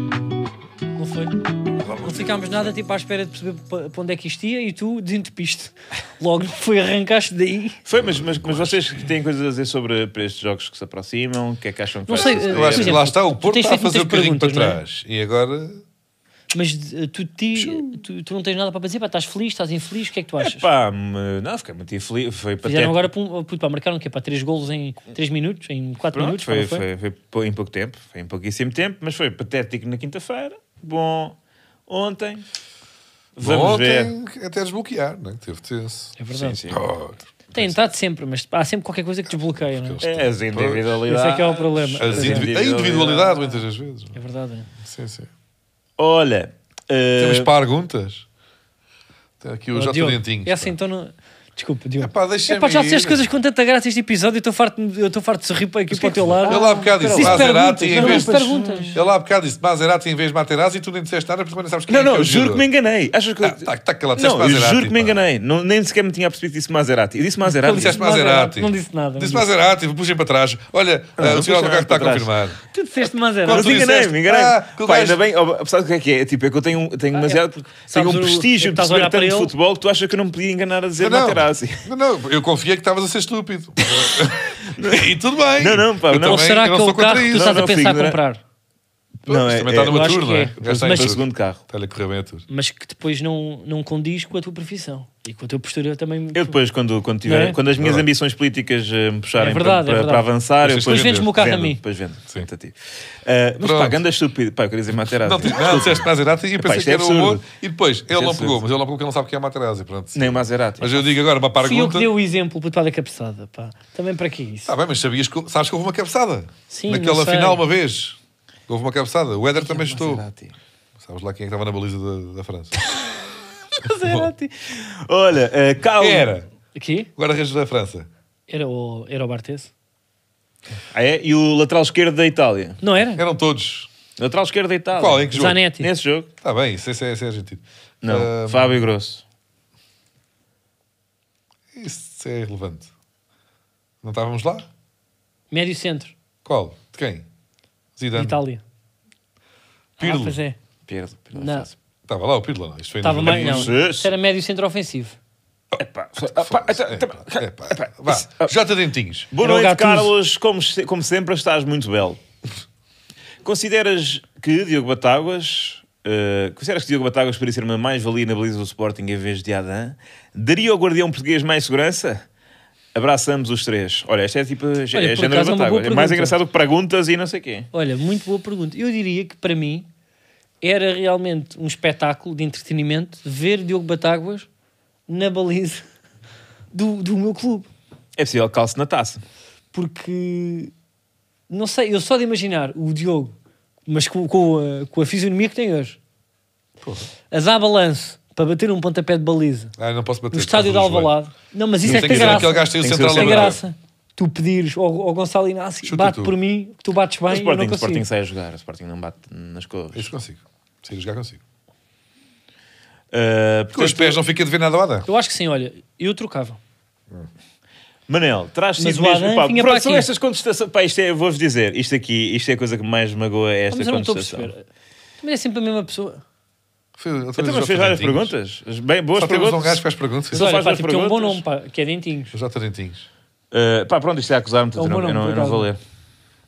Speaker 2: não foi? Não ficámos nada tipo à espera de perceber pa- para onde é que isto ia e tu desentupiste. Logo foi arrancaste daí.
Speaker 1: Foi, mas, mas, mas vocês que têm coisas a dizer sobre para estes jogos que se aproximam, o que é que acham que é.
Speaker 2: Não
Speaker 1: vai
Speaker 2: sei,
Speaker 1: suceder?
Speaker 3: Eu acho
Speaker 2: Por
Speaker 3: que
Speaker 2: exemplo,
Speaker 3: lá está, o
Speaker 2: tu
Speaker 3: Porto
Speaker 2: tens
Speaker 3: está a
Speaker 2: feito
Speaker 3: fazer o
Speaker 2: muitas
Speaker 3: carrinho para
Speaker 2: perguntas, é?
Speaker 3: trás. E agora...
Speaker 2: Mas eh, tu, ti, tu, tu não tens nada para dizer, pá, estás feliz, estás infeliz, o que é que tu achas?
Speaker 1: Pá, me- não, fiquei muito infeliz. Foi
Speaker 2: Fizeram
Speaker 1: patético.
Speaker 2: agora pum, puto, pá, marcaram que é para 3 golos em 3 minutos, em 4
Speaker 1: Pronto,
Speaker 2: minutos, pá,
Speaker 1: foi,
Speaker 2: não foi?
Speaker 1: foi- foi pou- em pouco tempo, foi em pouquíssimo tempo, mas foi patético na quinta-feira. Bom, ontem. Vamos ver.
Speaker 3: Ontem, até desbloquear, não é? Teve tenso.
Speaker 2: É verdade.
Speaker 1: Sim, assim. sim.
Speaker 3: Oh,
Speaker 2: Tem entrado sempre, mas há sempre qualquer coisa que desbloqueia, não é?
Speaker 3: Porque
Speaker 1: É, as individualidades.
Speaker 2: Esse é que é o problema.
Speaker 3: as
Speaker 2: Pois é.
Speaker 3: indivi- a individualidade, muitas das vezes.
Speaker 2: É verdade. é.
Speaker 3: Sim, sim.
Speaker 1: Olha, eh,
Speaker 3: Temos perguntas. Tem aqui o
Speaker 2: Oh,
Speaker 3: J.
Speaker 2: Diogo,
Speaker 3: Dentinho.
Speaker 2: Essa então não. Desculpa, Diogo.
Speaker 3: Epá, É deixa-me
Speaker 2: Epá, já
Speaker 3: ir.
Speaker 2: disseste coisas com tanta graça este episódio. Eu estou farto, eu estou farto de sorrir para aqui para o teu lado.
Speaker 3: Ele lá há bocado disse
Speaker 2: Disse
Speaker 3: Maserati em
Speaker 2: perguntas,
Speaker 3: vez
Speaker 2: não, perguntas.
Speaker 3: Ele lá há bocado disse Maserati em vez de Materazzi e tu nem disseste nada porque também não sabes quem
Speaker 1: não,
Speaker 3: é que é
Speaker 1: não,
Speaker 3: o
Speaker 1: juro que me enganei. Achas que eu-
Speaker 3: Tá, tá, tá calado, disseste
Speaker 1: não, eu
Speaker 3: Maserati,
Speaker 1: juro que me
Speaker 3: pá.
Speaker 1: enganei. Não, nem sequer me tinha percebido que disse Maserati. Eu disse Maserati.
Speaker 3: Disseste
Speaker 2: Maserati.
Speaker 3: Maserati.
Speaker 2: Não disse nada.
Speaker 3: Disse Maserati, puxem para trás. Olha, ah, o
Speaker 1: não puxa
Speaker 3: senhor Alvacar está
Speaker 1: para
Speaker 3: a
Speaker 1: trás.
Speaker 3: confirmar.
Speaker 2: Tu disseste Maserati.
Speaker 1: Não,
Speaker 3: Quando
Speaker 1: me
Speaker 3: tu
Speaker 1: enganei,
Speaker 3: disseste,
Speaker 1: me enganei.
Speaker 3: ah, que o
Speaker 1: Pá, ainda
Speaker 3: gajo-
Speaker 1: bem, oh, sabes o que é que é? Tipo, é que eu tenho, um- tenho, demasiado,
Speaker 2: porque
Speaker 1: tenho
Speaker 2: sabes
Speaker 1: um
Speaker 2: o-
Speaker 1: prestígio de
Speaker 2: estás
Speaker 1: perceber
Speaker 2: a olhar para
Speaker 1: tanto de
Speaker 2: ele.
Speaker 1: futebol que tu achas que eu não me podia enganar a dizer
Speaker 3: Não,
Speaker 1: Materazzi.
Speaker 3: Não, não, eu confiei que estavas a ser estúpido. e tudo bem.
Speaker 1: Não, não, pá,
Speaker 3: eu
Speaker 1: não.
Speaker 2: Ou
Speaker 3: Também,
Speaker 2: será
Speaker 3: eu
Speaker 2: que
Speaker 3: não um
Speaker 2: é
Speaker 3: sou
Speaker 2: o carro
Speaker 3: contra
Speaker 2: que tu
Speaker 3: isso.
Speaker 2: estás
Speaker 1: Não,
Speaker 2: a
Speaker 1: não,
Speaker 2: pensar
Speaker 1: filho, não é?
Speaker 2: comprar,
Speaker 3: Pô,
Speaker 1: Não,
Speaker 3: isto
Speaker 1: é-
Speaker 3: também está
Speaker 1: é-
Speaker 2: eu
Speaker 3: numa
Speaker 2: acho
Speaker 3: tour,
Speaker 2: que
Speaker 3: não
Speaker 2: é.
Speaker 3: é? O gajo está em
Speaker 1: Mas
Speaker 2: Mas-
Speaker 1: o
Speaker 3: tour.
Speaker 1: segundo carro.
Speaker 3: Está-lhe a correr bem a tour.
Speaker 2: mas que depois não, não condiz com a tua profissão e com a tua postura também.
Speaker 1: Eu depois, quando, quando, tiver,
Speaker 2: Não é?
Speaker 1: quando as minhas
Speaker 3: Verdade.
Speaker 1: ambições políticas eh, me puxarem
Speaker 2: É verdade,
Speaker 1: para,
Speaker 2: é
Speaker 1: para-
Speaker 2: verdade.
Speaker 1: para avançar, eu
Speaker 3: Depois
Speaker 1: depois
Speaker 2: vendes-me o carro a mim.
Speaker 1: Depois vendo. Eh,
Speaker 3: Sim.
Speaker 1: mas pá,
Speaker 3: Pronto.
Speaker 1: ganda estúpido. Pá, eu queria dizer Materazzi.
Speaker 3: Não, tipo, não, disseste Maserati e eu
Speaker 1: Epá,
Speaker 3: pensei
Speaker 1: isto
Speaker 3: que
Speaker 1: é
Speaker 3: era
Speaker 1: absurdo. é
Speaker 3: humor. E depois, ele não
Speaker 1: absurdo.
Speaker 3: pegou, mas ele não pegou porque ele não sabe quem é Materazzi. Pronto.
Speaker 1: Nem o Maserati.
Speaker 3: Mas eu digo agora uma
Speaker 2: Fui eu que
Speaker 3: pergunta.
Speaker 2: dei o exemplo puto, para da cabeçada, pá. Também para que isso?
Speaker 3: Está bem, mas sabias que, sabes que houve uma cabeçada?
Speaker 2: Sim,
Speaker 3: Naquela
Speaker 2: não sei.
Speaker 3: final, uma vez. Houve uma cabeçada. O Éder também estou.
Speaker 1: Maserati.
Speaker 3: Sabes lá quem é que estava na baliza da, da França?
Speaker 2: Maserati.
Speaker 1: Olha, eh, calma.
Speaker 3: Quem era?
Speaker 2: Aqui?
Speaker 3: O guarda-redes da França.
Speaker 2: Era o, era o Bartes?
Speaker 1: Ah, é? E o lateral esquerdo da Itália?
Speaker 2: Não era?
Speaker 3: Eram todos.
Speaker 1: Lateral esquerdo da Itália.
Speaker 3: Qual? Em que jogo?
Speaker 2: Zanetti.
Speaker 1: Nesse jogo?
Speaker 3: Está bem, isso, isso é, isso é argentino.
Speaker 1: Não.
Speaker 3: Ah,
Speaker 1: Fábio Grosso.
Speaker 3: Isso é irrelevante. Não estávamos lá?
Speaker 2: Médio centro,
Speaker 3: Qual? De quem?
Speaker 2: de
Speaker 3: Zidane.
Speaker 2: Itália.
Speaker 3: Pirlo.
Speaker 2: Ah, pois é.
Speaker 1: Perdo. perdo,
Speaker 2: Não.
Speaker 1: fácil.
Speaker 3: Estava lá o Pirlo, não. Isto foi em um.
Speaker 2: Estava bem,
Speaker 3: 2000.
Speaker 2: não.
Speaker 1: Jesus.
Speaker 2: Isso Era médio centro ofensivo.
Speaker 1: Epá, ah, pá, então, então,
Speaker 3: Epá, epá, Vá, Jota Dentinhos.
Speaker 1: Boa
Speaker 2: Era o
Speaker 1: noite,
Speaker 2: Gattuso.
Speaker 1: Carlos. Como, se- como sempre, estás muito belo. Consideras que Diogo Batáguas... eh, consideras que Diogo Batáguas poderia ser uma mais-valia na baliza do Sporting em vez de Adam? Daria ao guardião português mais segurança? Abraçamos os três. Olha, esta é tipo... é
Speaker 2: por
Speaker 1: género
Speaker 2: acaso é uma boa
Speaker 1: Batáguas. É mais
Speaker 2: pergunta.
Speaker 1: engraçado que perguntas e não sei quê.
Speaker 2: Olha, muito boa pergunta. Eu diria que para mim era realmente um espetáculo de entretenimento ver Diogo Batáguas na baliza do, do meu clube.
Speaker 1: É possível que calce na taça.
Speaker 2: Porque não sei, eu só de imaginar o Diogo, mas com, com a, com a fisionomia que tem hoje, a dar balanço para bater um pontapé de baliza
Speaker 3: Ah, não posso bater.
Speaker 2: no estádio de
Speaker 3: Estás no joelho.
Speaker 2: Alvalade. Não, mas isso
Speaker 3: Não
Speaker 2: é que
Speaker 3: tem que
Speaker 2: tem
Speaker 3: ser
Speaker 2: graça.
Speaker 3: aquele gajo que tem o
Speaker 1: Tem que ser
Speaker 3: central
Speaker 1: o
Speaker 2: Tem
Speaker 1: Lembra-
Speaker 3: lateral.
Speaker 2: graça. tu pedires ao, ao Gonçalo Inácio,
Speaker 3: Chuta
Speaker 2: bate
Speaker 3: tu.
Speaker 2: por mim, que tu bates bem
Speaker 1: O
Speaker 2: e eu não
Speaker 1: Sporting, o
Speaker 2: consigo.
Speaker 1: Sporting sai a jogar, o Sporting não bate nas cores.
Speaker 3: É Isso consigo. Sei jogar consigo.
Speaker 1: Uh,
Speaker 3: Com os
Speaker 1: portanto,
Speaker 3: pés não fica de ver nada ao Adam.
Speaker 2: Eu acho que sim, olha, eu trocava.
Speaker 1: Manel, traz
Speaker 2: Mas
Speaker 1: mesmo.
Speaker 2: o Adam
Speaker 1: Pá,
Speaker 2: vinha
Speaker 1: pronto,
Speaker 2: é para
Speaker 1: são
Speaker 2: aqui.
Speaker 1: estas contestações. Pá, isto é, vou-vos dizer, isto aqui, isto é a coisa que mais magoa é esta
Speaker 2: Mas eu não estou a
Speaker 1: contestação.
Speaker 2: perceber. Mas é sempre a mesma pessoa.
Speaker 3: Foi outra
Speaker 1: Então,
Speaker 3: vez o
Speaker 1: mas fez
Speaker 3: J.
Speaker 1: várias
Speaker 3: Dentinhos.
Speaker 1: perguntas. As Bem, boas
Speaker 3: Só temos um
Speaker 1: perguntas.
Speaker 3: gajo que faz perguntas.
Speaker 2: Mas olha,
Speaker 1: faz
Speaker 2: pá,
Speaker 1: as
Speaker 2: tipo, tem um bom
Speaker 1: perguntas.
Speaker 2: nome, pá, que é Dentinhos.
Speaker 3: O J. Dentinhos.
Speaker 1: Uh, pá, pronto, isto é acusar-me,
Speaker 2: É um
Speaker 1: portanto, eu,
Speaker 2: bom
Speaker 1: não- eu não-
Speaker 2: nome,
Speaker 1: eu não vou
Speaker 2: por
Speaker 1: ler.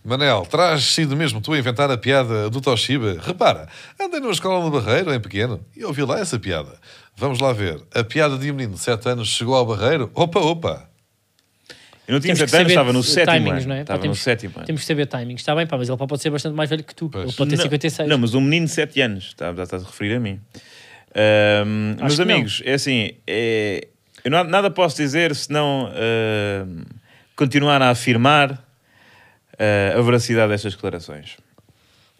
Speaker 3: Manel, traz sido mesmo tu a inventar a piada do Toshiba? Repara, andei numa escola no Barreiro, em pequeno, e ouvi lá essa piada. Vamos lá ver. A piada de um menino de 7 anos chegou ao Barreiro? Opa, opa!
Speaker 1: Eu não tinha
Speaker 2: Temos que
Speaker 1: 7 anos,
Speaker 2: saber
Speaker 1: estava no
Speaker 2: t-
Speaker 1: sétimo.
Speaker 2: timings, não
Speaker 1: ano.
Speaker 2: é? Pá,
Speaker 1: Estava no
Speaker 2: temos-
Speaker 1: sétimo. ano.
Speaker 2: Temos que saber timings, está bem, pá, mas ele pá, pode ser bastante mais velho que tu.
Speaker 3: Pois.
Speaker 2: Ele pode ter
Speaker 1: Não,
Speaker 2: 56.
Speaker 1: Não, mas um menino de 7 anos. Está, já estás a referir a mim. Ahm, meus
Speaker 2: que não.
Speaker 1: amigos, é assim. é- eu não- nada posso dizer senão ahm, continuar a afirmar ah, a veracidade destas declarações.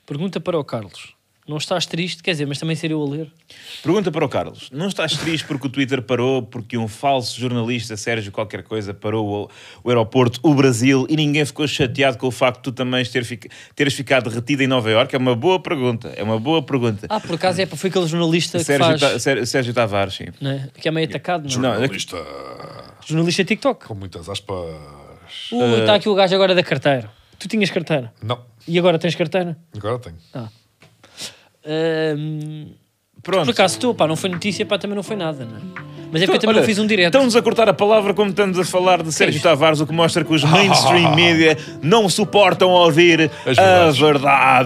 Speaker 2: Pergunta para o Carlos. Não estás triste, quer dizer, mas também seria eu a ler.
Speaker 1: Pergunta para o Carlos: Não estás triste porque o Twitter parou, porque um falso jornalista, Sérgio qualquer coisa, parou o, o aeroporto, o Brasil, e ninguém ficou chateado com o facto de tu também ter fica- teres ficado retido em Nova Iorque? É uma boa pergunta. É uma boa pergunta.
Speaker 2: Ah, por acaso é, pá, foi aquele jornalista que
Speaker 1: Sérgio,
Speaker 2: faz.
Speaker 1: Ta- Sér- Sérgio Tavares, sim.
Speaker 2: né, Que é meio atacado,
Speaker 1: Não,
Speaker 2: não é?
Speaker 1: é que-
Speaker 3: Jornalista
Speaker 2: Jornalista TikTok.
Speaker 3: com muitas aspas.
Speaker 1: Ah.
Speaker 2: Uh, está aqui o gajo agora da carteira. Tu tinhas carteira.
Speaker 3: Não,
Speaker 2: E agora tens carteira?
Speaker 3: agora tenho.
Speaker 2: Ahm,
Speaker 1: pronto.
Speaker 2: por acaso tu, pá, não foi notícia, pá, também não foi nada, não é? Mas é porque eu também
Speaker 1: Então, Olha,
Speaker 2: não fiz um direto.
Speaker 1: Estamos a cortar a palavra como estamos a falar de Sérgio
Speaker 2: isto?
Speaker 1: Tavares, o que mostra que os mainstream media não suportam ouvir
Speaker 3: As
Speaker 1: a
Speaker 3: verdades.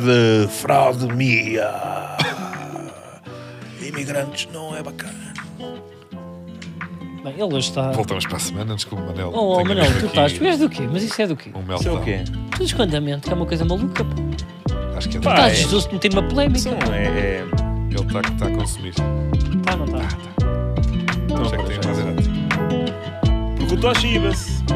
Speaker 1: verdade. Fraude mia. Imigrantes não é bacana.
Speaker 2: Bem, ele hoje está. Oh,
Speaker 3: Voltamos para a semana, antes que o Manel.
Speaker 2: oh
Speaker 3: tenha
Speaker 2: Manuel,
Speaker 3: mesmo
Speaker 2: tu
Speaker 1: um
Speaker 3: aqui
Speaker 2: estás. Tu és do quê? Mas isso é do quê?
Speaker 3: Um
Speaker 1: Isso é
Speaker 3: meltdown.
Speaker 1: o quê?
Speaker 2: Tu desquandamento, que é uma coisa maluca, pá.
Speaker 3: Acho que é
Speaker 1: Pá,
Speaker 2: Estás
Speaker 1: é.
Speaker 2: desuso de meter uma
Speaker 1: Isso
Speaker 2: polémica.
Speaker 1: não é. é...
Speaker 3: Ele está está a consumir.
Speaker 2: Tá, não tá.
Speaker 3: Não sei o que tem a fazer.
Speaker 1: Porque o Toshiba-se.